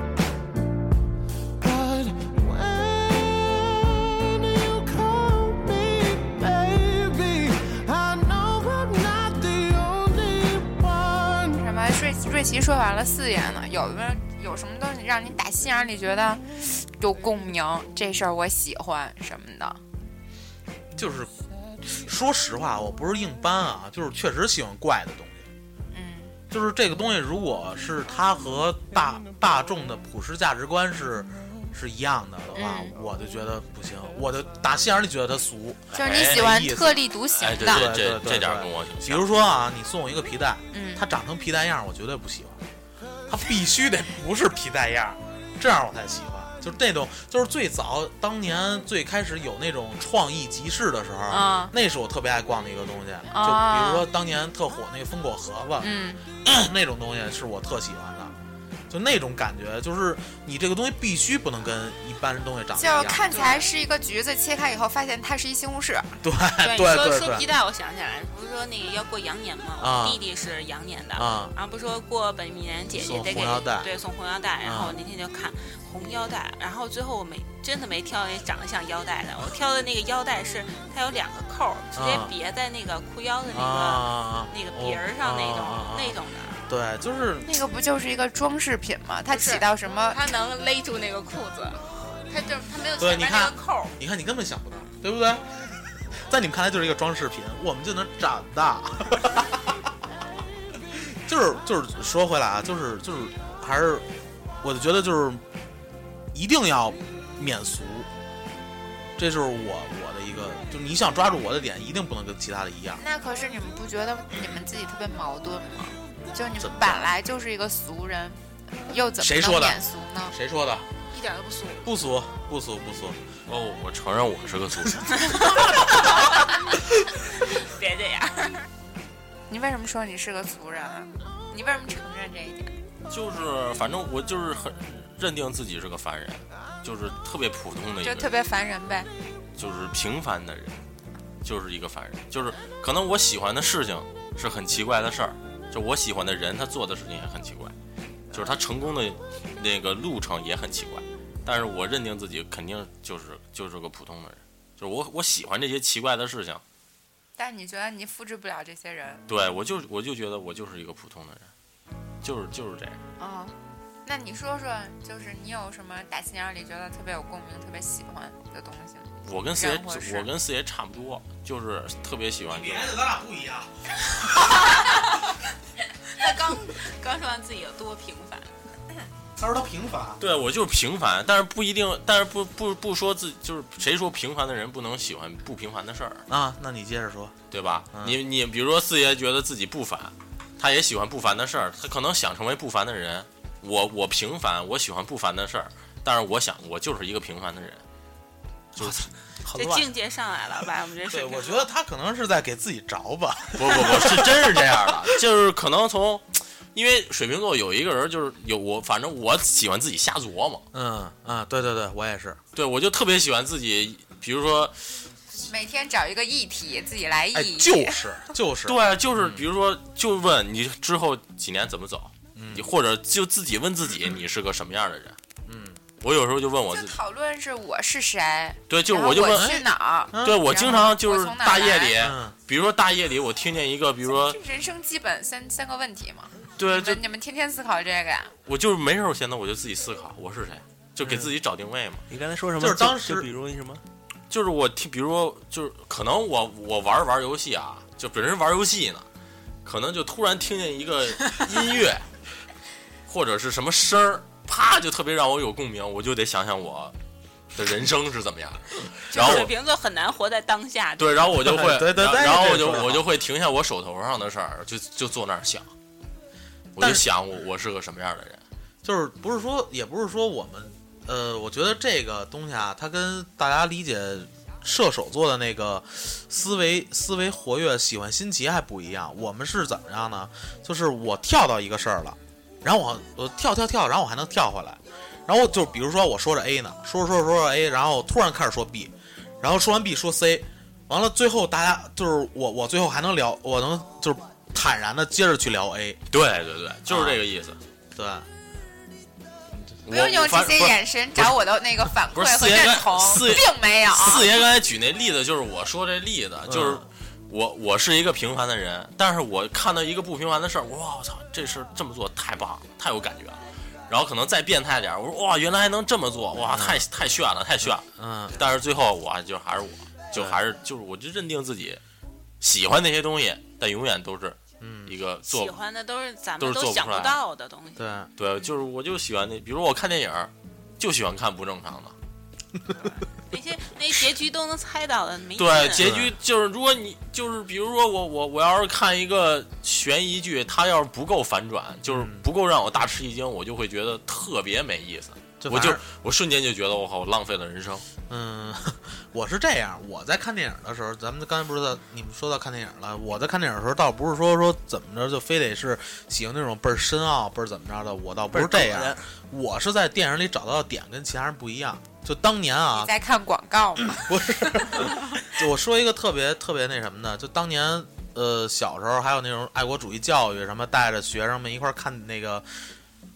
But when you call me baby, I know I'm not the only one. 什么瑞瑞奇说完了四点呢，有没有有什么东西让你打心眼里觉得有共鸣？这事儿我喜欢什么的？就是说实话，我不是硬搬啊，就是确实喜欢怪的东西。嗯，就是这个东西，如果是它和大大众的普世价值观是是一样的的话，嗯我就觉得不行，我就打心眼里觉得它俗。就是你喜欢哎特立独行哎，对的，对这对这点对跟我挺比像。如说啊，你送我一个皮带，嗯它长成皮带样儿，我绝对不喜欢。它必须得不是皮带样儿，这样我才喜欢。就是那种，就是最早当年最开始有那种创意集市的时候，啊那是我特别爱逛的一个东西。就啊比如说当年特火那个风果盒子，嗯， 那种东西是我特喜欢的。就那种感觉，就是你这个东西必须不能跟一般东西长得一就样。看起来是一个橘子，切开以后发现它是一西红柿，对对你对说对说皮对带，我想起来，不是说那个要过羊年吗？啊我弟弟是羊年的，啊然后不是说过本命年，姐姐送得给红腰带对送红腰带，然啊后我那天就看红腰带，然后最后我没真的没挑那长得像腰带的，我挑的那个腰带是它有两个扣儿，直接啊别在那个裤腰的那啊个、啊！那个鼻儿上那种、啊啊啊那种的，对，就是那个不就是一个装饰品吗？它不是起到什么？它能勒住那个裤子，它就它没有对前你面看那个扣儿。你看你根本想不到，对不对？ 在你们看来就是一个装饰品，我们就能长大。 就是就是说回来啊，就是就是还是，我就觉得就是一定要免俗，这就是我我的一个，就是你想抓住我的点，一定不能跟其他的一样。那可是你们不觉得你们自己特别矛盾吗？就你怎们么本来就是一个俗人，又怎么谁能说的免俗呢？谁说的？一点都不俗，不俗，不俗，不俗。哦，我承认我是个俗人，别这样。你为什么说你是个俗人啊？你为什么承认这一点？就是反正我就是很认定自己是个凡人，就是特别普通的一个就人，特别烦人呗。就是平凡的人。就是一个凡人，就是可能我喜欢的事情是很奇怪的事儿，就我喜欢的人他做的事情也很奇怪，就是他成功的那个路程也很奇怪，但是我认定自己肯定就是就是个普通的人，就是我我喜欢这些奇怪的事情，但你觉得你复制不了这些人对我就我就觉得我就是一个普通的人，就是就是这样。啊、那你说说，就是你有什么打心眼里觉得特别有共鸣、特别喜欢的东西？我跟四爷干活，事我跟四爷差不多，就是特别喜欢这种。的，咱俩不一样。他刚刚说完自己有多平凡，他说他平凡，对我就是平凡，但是不一定，但是不不不说自己就是谁说平凡的人不能喜欢不平凡的事儿，啊，那你接着说，对吧？嗯你你比如说四爷觉得自己不凡，他也喜欢不凡的事儿，他可能想成为不凡的人。我我平凡，我喜欢不凡的事儿，但是我想我就是一个平凡的人，就是很这乱。境界上来了吧？我们这水 对，平我觉得他可能是在给自己着吧。不不不是真是这样 的，就是可能从，因为水瓶座有一个人就是有我，反正我喜欢自己瞎琢磨，嗯啊，对对对，我也是。对我就特别喜欢自己，比如说每天找一个议题自己来哎，议，就是 就是，对，就是比如说，就问你之后几年怎么走，嗯你或者就自己问自己，你是个什么样的人？嗯，我有时候就问我自就己，讨论是我是谁，对，就是然后我就问，哎去哪儿，嗯对我经常就是然后我从哪大夜来里，嗯，比如说大夜里，我听见一个，比如说这，人生基本三三个问题嘛。对，你就们你们天天思考这个呀？我就是没事儿闲的，我就自己思考我是谁，就嗯给自己找定位嘛。你刚才说什么？就是当时就比如那什么， 就是我听，比如说，就是可能我我玩儿玩儿游戏啊，就本身玩儿游戏呢，可能就突然听见 一个音乐或者是什么声儿，啪就特别让我有共鸣，我就得想想我的人生是怎么样。就然后水我瓶座很难活在当下。对，然后我就会 ，对对然后对然后我这就说得好我就会停下我手头上的事儿，就就坐那儿想，我但就是想我我是个什么样的人。就是不是说，也不是说我们，呃，我觉得这个东西啊，它跟大家理解射手座的那个思维思维活跃、喜欢新奇还不一样。我们是怎么样呢？就是我跳到一个事儿了，然后我我跳跳跳，然后我还能跳回来。然后就比如说我说着 A 呢，说着说着说着 A，然后突然开始说 B，然后说完 B 说 C，完了最后大家就是我我最后还能聊，我能就是坦然的接着去聊 A，对对对，就是这个意思。对吧。我不用用这反些不是眼神找我的那个反不馈是和四爷认刚同，四爷并没啊有。四爷刚才举那例子，就是我说这例子，就是嗯我我是一个平凡的人，但是我看到一个不平凡的事儿，我说哇我操，这事儿这么做太棒了，太有感觉了。然后可能再变态点儿，我说哇，原来还能这么做，哇，太太炫了，太炫了。嗯，但是最后我还就还是我，就还是就是我就认定自己喜欢那些东西，但永远都是嗯一个做喜欢的都是咱都们是做不想出不来到的东西。对，对，就是我就喜欢那，比如我看电影儿，就喜欢看不正常的。那些那结局都能猜到的，没对，劲结局就是，如果你就是，比如说我我我要是看一个悬疑剧，它要是不够反转，就是嗯不够让我大吃一惊，我就会觉得特别没意思。就我反就正我瞬间就觉得我靠，我浪费了人生。嗯， 我是这样，我在看电影的时候，咱们刚才不是在你们说到看电影了，我在看电影的时候倒不是说说怎么着就非得是喜欢那种倍儿深奥、倍儿怎么着的，我倒不是这样，我是在电影里找到的点跟其他人不一样。就当年啊你，在看广告吗？ 不是，就我说一个特别特别那什么的，就当年呃小时候还有那种爱国主义教育什么，带着学生们一块儿看那个，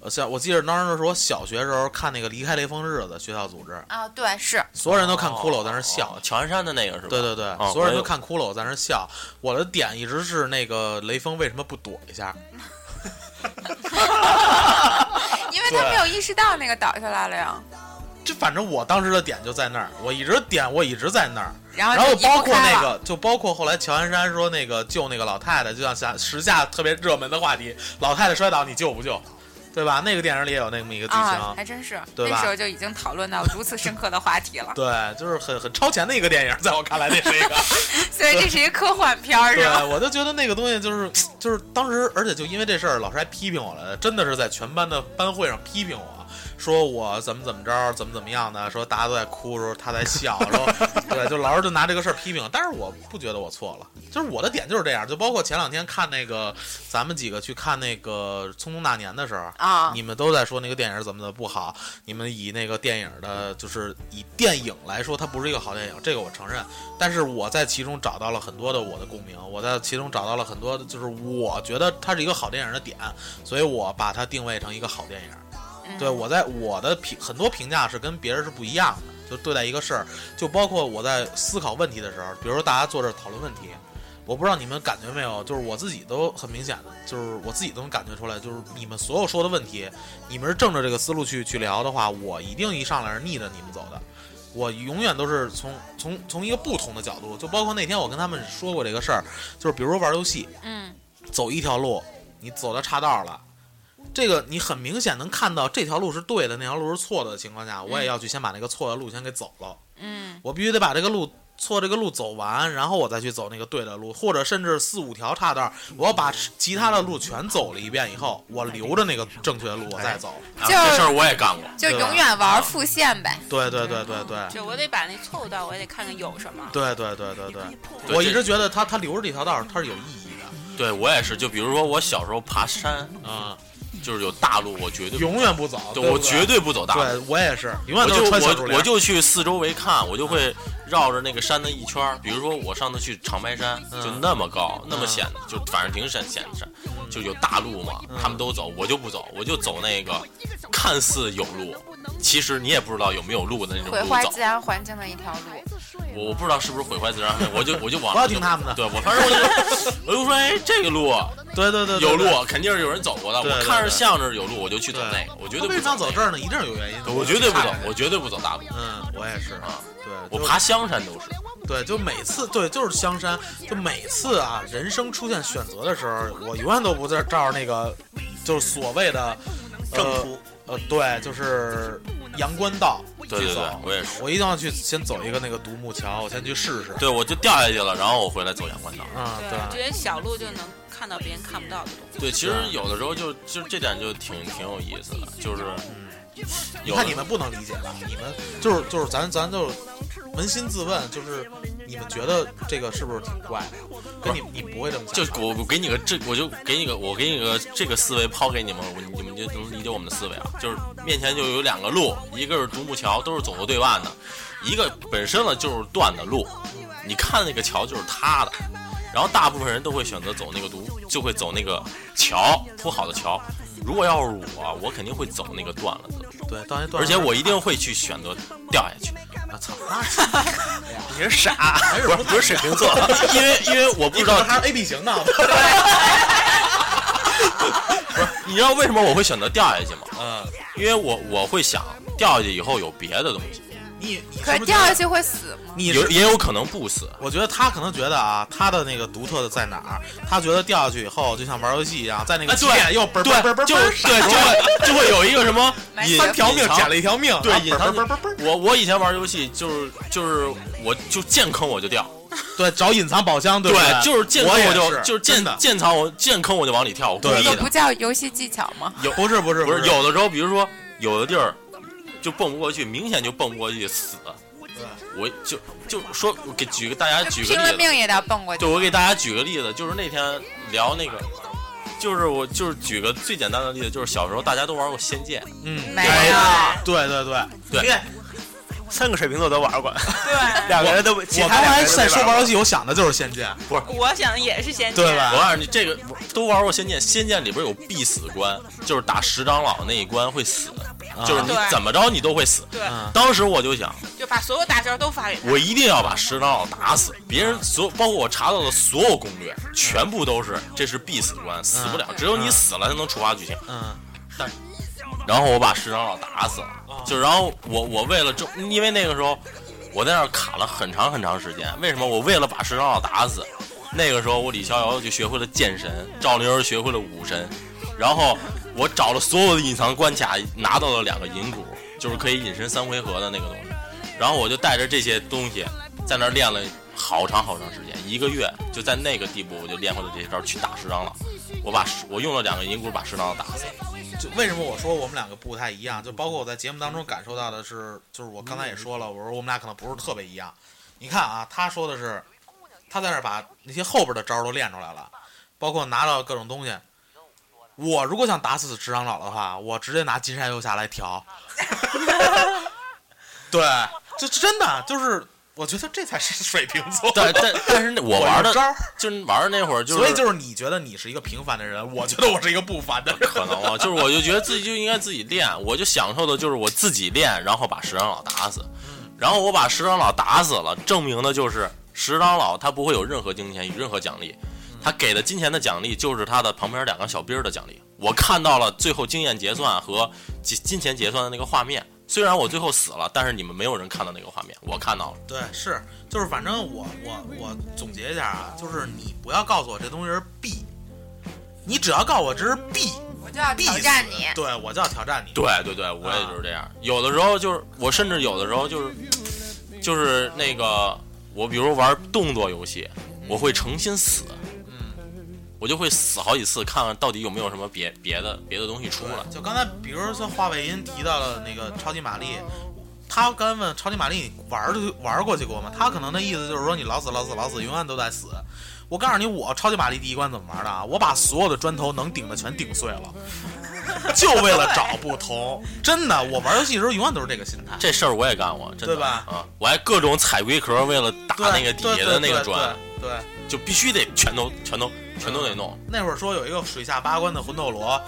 呃，像我记得当时是我小学时候看那个《离开雷锋日子》学校组织，啊，对，是所有人都看骷髅在那儿笑哦，乔安山的那个是吧？对对对，啊所有人我都有看骷髅在那儿笑。我的点一直是那个雷锋为什么不躲一下？因为他没有意识到那个倒下来了呀。这反正我当时的点就在那儿，我一直点我一直在那儿。然后然后啊就移包不括开那了，个，就包括后来乔安山说那个救那个老太太，就像下时下特别热门的话题，老太太摔倒你救不救？对吧？那个电影里也有那么一个剧情，啊，还真是，对吧那时候就已经讨论到如此深刻的话题了，对，就是很很超前的一个电影，在我看来那是一个。所以这是一科幻 片儿，是吧？对，我就觉得那个东西就是就是当时，而且就因为这事儿，老师还批评我来的，真的是在全班的班会上批评我，说我怎么怎么着，怎么怎么样的，说大家都在哭的时候，他在笑，说对，就老是就拿这个事儿批评。但是我不觉得我错了，就是我的点就是这样。就包括前两天看那个，咱们几个去看那个《匆匆那年》的时候，啊，你们都在说那个电影怎么怎么不好，你们以那个电影的，就是以电影来说，它不是一个好电影，这个我承认。但是我在其中找到了很多的我的共鸣，我在其中找到了很多的，就是我觉得它是一个好电影的点，所以我把它定位成一个好电影。嗯对我在我的评很多评价是跟别人是不一样的，就对待一个事儿，就包括我在思考问题的时候，比如说大家坐这儿讨论问题，我不知道你们感觉没有，就是我自己都很明显的，就是我自己都能感觉出来，就是你们所有说的问题，你们是正着这个思路去去聊的话，我一定一上来是逆着你们走的。我永远都是从从从一个不同的角度，就包括那天我跟他们说过这个事儿，就是比如玩游戏，嗯走一条路，你走到岔道了，这个你很明显能看到这条路是对的，那条路是错的的情况下，我也要去先把那个错的路先给走了。嗯我必须得把这个路错这个路走完，然后我再去走那个对的路，或者甚至四五条岔道，我要把其他的路全走了一遍以后，我留着那个正确的路我再走。啊就是这事儿我也干过，就永远玩复线呗。对对对对对就我得把那错误道，我也得看看有什么。对对对对对，对我这一直觉得他他留着这条道它是有意义的对我也是。就比如说我小时候爬山，啊、就是有大路，我绝对不永远不走，对对我不绝对不走大对路。我也是，永我远都就是穿小我竹我帘。就去四周围看，我就会绕着那个山的一圈儿。比如说我上次去长白山，嗯就那么高，那么险，就反正挺险险山，就有大路嘛，嗯他们都走，我就不走，我就走那个看似有路，其实你也不知道有没有路的那种毁路坏走自。然环境的一条路，我我不知道是不是毁坏自然环境，我就我就往不要听他们的对我反正我 就我就说，哎，这个路对对对对有对路，啊肯定是有人走过的。对对我对看着像着有路，我就去走对那个，我绝他对为不啥走走那这儿呢？一定是有原因个的。我绝对不走，我绝对不走大路。嗯，我也是啊。对，我就爬香山都是，对，就每次对，就是香山，就每次啊，人生出现选择的时候，我永远都不在照着那个，就是所谓的正途，呃，呃，对，就是阳关道去走。对对对我也是我一定要去先走一个那个独木桥，我先去试试。对我就掉下去了，然后我回来走阳关道。啊，对，我对，觉得小路就能看到别人看不到的东西。对，其实有的时候就就这点就挺挺有意思的，就是你有看你们不能理解吧？你们就是就是咱咱就扪心自问，就是你们觉得这个是不是挺怪的？跟你你不会这么就想吧。我我给你个这，我就给你个我给你个这个思维抛给你们，我你们就能理解我们的思维啊。就是面前就有两个路，一个是独木桥，都是走过对岸的；一个本身呢就是断的路，你看那个桥就是塌的。然后大部分人都会选择走那个独，就会走那个桥铺好的桥。如果要是我，我肯定会走那个断了的路，对，当然断而且了我一定会去选择掉下去。啊操，那你是傻，不是不是水瓶座，因为因为我不你知可能道还是 A B 型呢。你知道为什么我会选择掉下去吗？嗯，因为我我会想掉下去以后有别的东西，你你可是不是掉下觉得去会死吗？你有是也有可能不死。我觉得他可能觉得啊，他的那个独特的在哪儿？他觉得掉下去以后就像玩游戏一样，在那个啊起对点又嘣对嘣嘣嘣，就对，就会就会有一个什么买隐三条命隐藏捡了一条命，对啊隐藏嘣嘣嘣嘣，我我以前玩游戏就是就是我就见坑我就掉，对，找隐藏宝箱，对不对？就是见我坑也我就是就是真见的，见藏我见坑我就往里跳，我故对这意对个的不。叫游戏技巧吗？有不是不是不是是，有的时候，比如说有的地儿就蹦不过去，明显就蹦不过去，死。我就就说我给举个大家举就拼个例了子，啊命也得蹦过去对，。我给大家举个例子，就是那天聊那个，就是我就是举个最简单的例子，就是小时候大家都玩过《仙剑》，嗯，没哎有，对对对，对，三个水瓶座都玩过，对， 两个人都其我他刚两个才人都没在说玩玩游戏，我想的就是仙剑，我想的也是先对我吧？告诉你，这个都玩过《仙剑》，《仙剑》里边有必死关，就是打十长老那一关会死，就是你对怎么着你都会死。对，啊嗯当时我就想，就把所有大招都发给他。我一定要把十长老打死。别人所包括我查到的所有攻略，全部都是这是必死关，死不了，只有你死了才能触发剧情。嗯，然后我把石长老打死了，就然后我我为了争，因为那个时候我在那儿卡了很长很长时间。为什么？我为了把石长老打死，那个时候我李逍遥就学会了剑神，赵灵儿学会了武神，然后我找了所有的隐藏关卡，拿到了两个银骨，就是可以隐身三回合的那个东西。然后我就带着这些东西在那儿练了好长好长时间，一个月就在那个地步，我就练会了这些招儿去打石长老。我把石我用了两个银骨把石长老打死了。就为什么我说我们两个不太一样，就包括我在节目当中感受到的是，就是我刚才也说了，我说我们俩可能不是特别一样。你看啊，他说的是他在那儿把那些后边的招儿都练出来了，包括拿到各种东西。我如果想打死执掌老的话，我直接拿金山游侠来 调。对，就真的就是，我觉得这才是水瓶座。 但但但是那我我玩的有招儿，就是玩儿那会儿就是，所以就是你觉得你是一个平凡的人，我觉得我是一个不凡的人。可能啊，就是我就觉得自己就应该自己练，我就享受的就是我自己练，然后把石长老打死，然后我把石长老打死了，证明的就是石长老他不会有任何金钱与任何奖励，他给的金钱的奖励就是他的旁边两个小兵儿的奖励。我看到了最后经验结算和金金钱结算的那个画面，虽然我最后死了，但是你们没有人看到那个画面，我看到了。对，是，就是反正我我我总结一下啊，就是你不要告诉我这东西是 B，你只要告诉我这是 B，我就要 B 挑战你。对我就要挑战你。对对对，我也就是这样。有的时候就是我，甚至有的时候就是就是那个我，比如玩动作游戏，我会诚心死，嗯，我就会死好几次，看看到底有没有什么别别的别的东西出对来。就刚才，比如说华北音提到了那个超级玛丽，他刚才问超级玛丽你玩儿就玩儿过去过吗？他可能的意思就是说你老死老死老死，永远都在死。我告诉你，我超级玛丽第一关怎么玩的啊？我把所有的砖头能顶的全顶碎了，就为了找不同。真的，我玩游戏的时候永远都是这个心态。这事儿我也干过，真的对吧啊，我还各种踩龟壳，为了打对那个底下的那个砖，，对对对对对，就必须得全都全都全都得弄。那会儿说有一个水下八关的魂斗罗，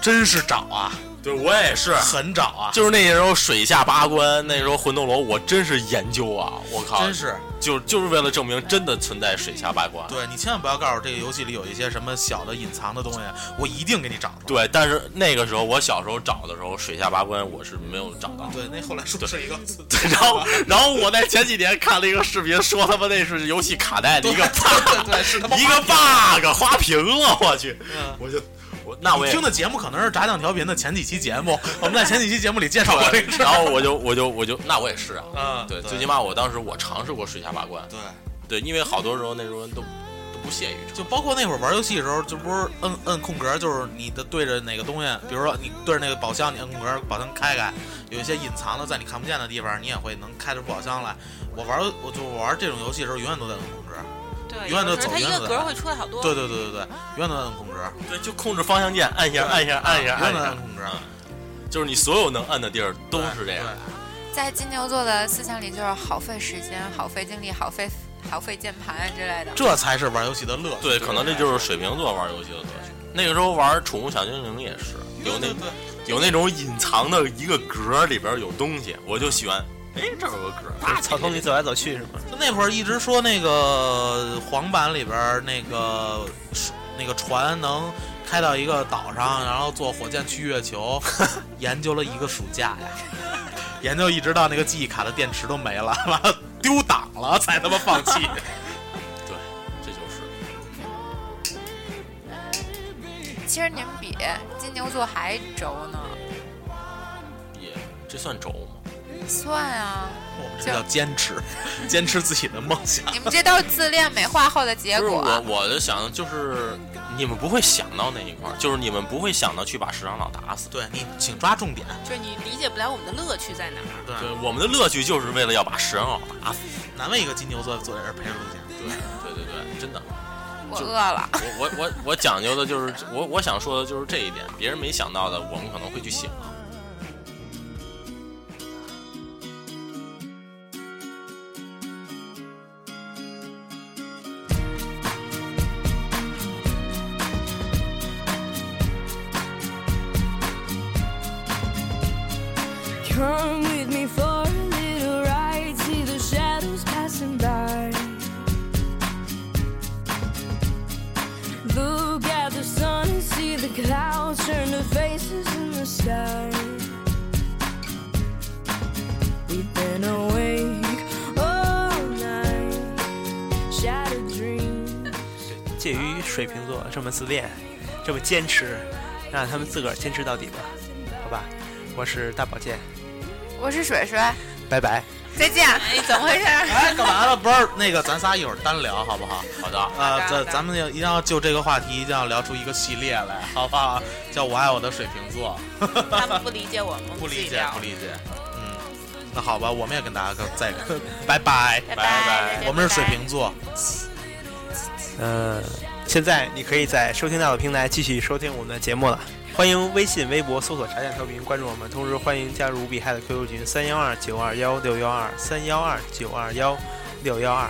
真是找啊，对我也是很找啊，就是那时候水下八关，那时候魂斗罗，我真是研究啊！我靠，真是。就就是为了证明真的存在水下八关。对你千万不要告诉我这个游戏里有一些什么小的隐藏的东西，我一定给你找出来。对，但是那个时候我小时候找的时候，水下八关我是没有找到的。对，那后来说是 一个，然后，然后我在前几年看了一个视频，说他妈那是游戏卡带的一个 对对对，是他妈 bug，一个 bug 花屏了，我去，嗯我就我那我你也听的节目可能是炸酱调频的前几期节目，我们在前几期节目里介绍过这个事然儿。后我就我就我就那我也是啊，嗯对，对最起码我当时我尝试过水下八关，对，对，因为好多时候那时候人都都不屑于尝就包括那会儿玩游戏的时候，就不是摁摁空格，就是你的对着哪个东西，比如说你对着那个宝箱，你摁空格，宝箱开开，有一些隐藏的在你看不见的地方，你也会能开出宝箱来。我玩我就玩这种游戏的时候，永远都在摁空格。对，永远有都时候走它一远个了格儿会出来好多。对对对对对，永远都在摁空格，对，就控制方向键，按一下，按一下，按一下，永按远一都在下摁，空格。就是你所有能按的地儿都是这样。在金牛座的思想里，就是好费时间、好费精力、好费好费键盘之类的。这才是玩游戏的乐趣。对，可能这就是水瓶座玩游戏的乐趣。那个时候玩《宠物小精灵》也是有那有那种隐藏的一个格儿里边有东西，我就喜欢，哎，这儿有个格儿啊，草丛里走来走去是吗？就那会儿一直说那个黄版里边儿那个那个船能开到一个岛上，然后坐火箭去月 球，研究了一个暑假呀， 研究一直到那个记忆卡的电池都没了，完了丢档了才他妈放 弃。对，这就是其实你们比金牛座还轴呢，也这算轴吗？算啊，我们这叫坚持，坚持自己的梦想。你们这都是自恋美化后的结不是果。我，我就想就是你们不会想到那一块儿，就是你们不会想到去把石长老打死。对你，请抓重点。就是你理解不了我们的乐趣在哪 儿。对，对，我们的乐趣就是为了要把石长老打死。啊难为一个金牛座坐在这儿陪着录节目。对，对对对，真的。我饿了，我我我我讲究的就是我我想说的就是这一点，别人没想到的，我们可能会去想。 Come with me for a little ride, see the shadows passing by. Look at the sun and see the clouds turn to faces in the sky. We've been awake all night, shattered dreams. 介于水瓶座这么自恋，这么坚持，让他们自个儿坚持到底吧，好吧？我是大保健，我是水水，拜拜。再见。哎，怎么回事？哎，干嘛了？不是那个，咱仨一会儿单聊好不好？好的，好呃，的这咱们要一定要就这个话题，一定要聊出一个系列来，好不好？叫我爱我的水瓶座， 他们不理解我们，我们不自己理解聊不理解，嗯，那好吧，我们也跟大家再 个拜拜，拜拜再见我们是水拜拜瓶座，嗯，现在你可以在收听到的平台继续收听我们的节目了。欢迎微信、微博搜索“茶点调频”关注我们，同时欢迎加入无比嗨的 QQ 群三幺二九二幺六幺二三幺二九二幺六幺二，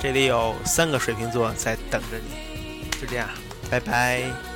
这里有三个水瓶座在等着你。就这样，拜拜。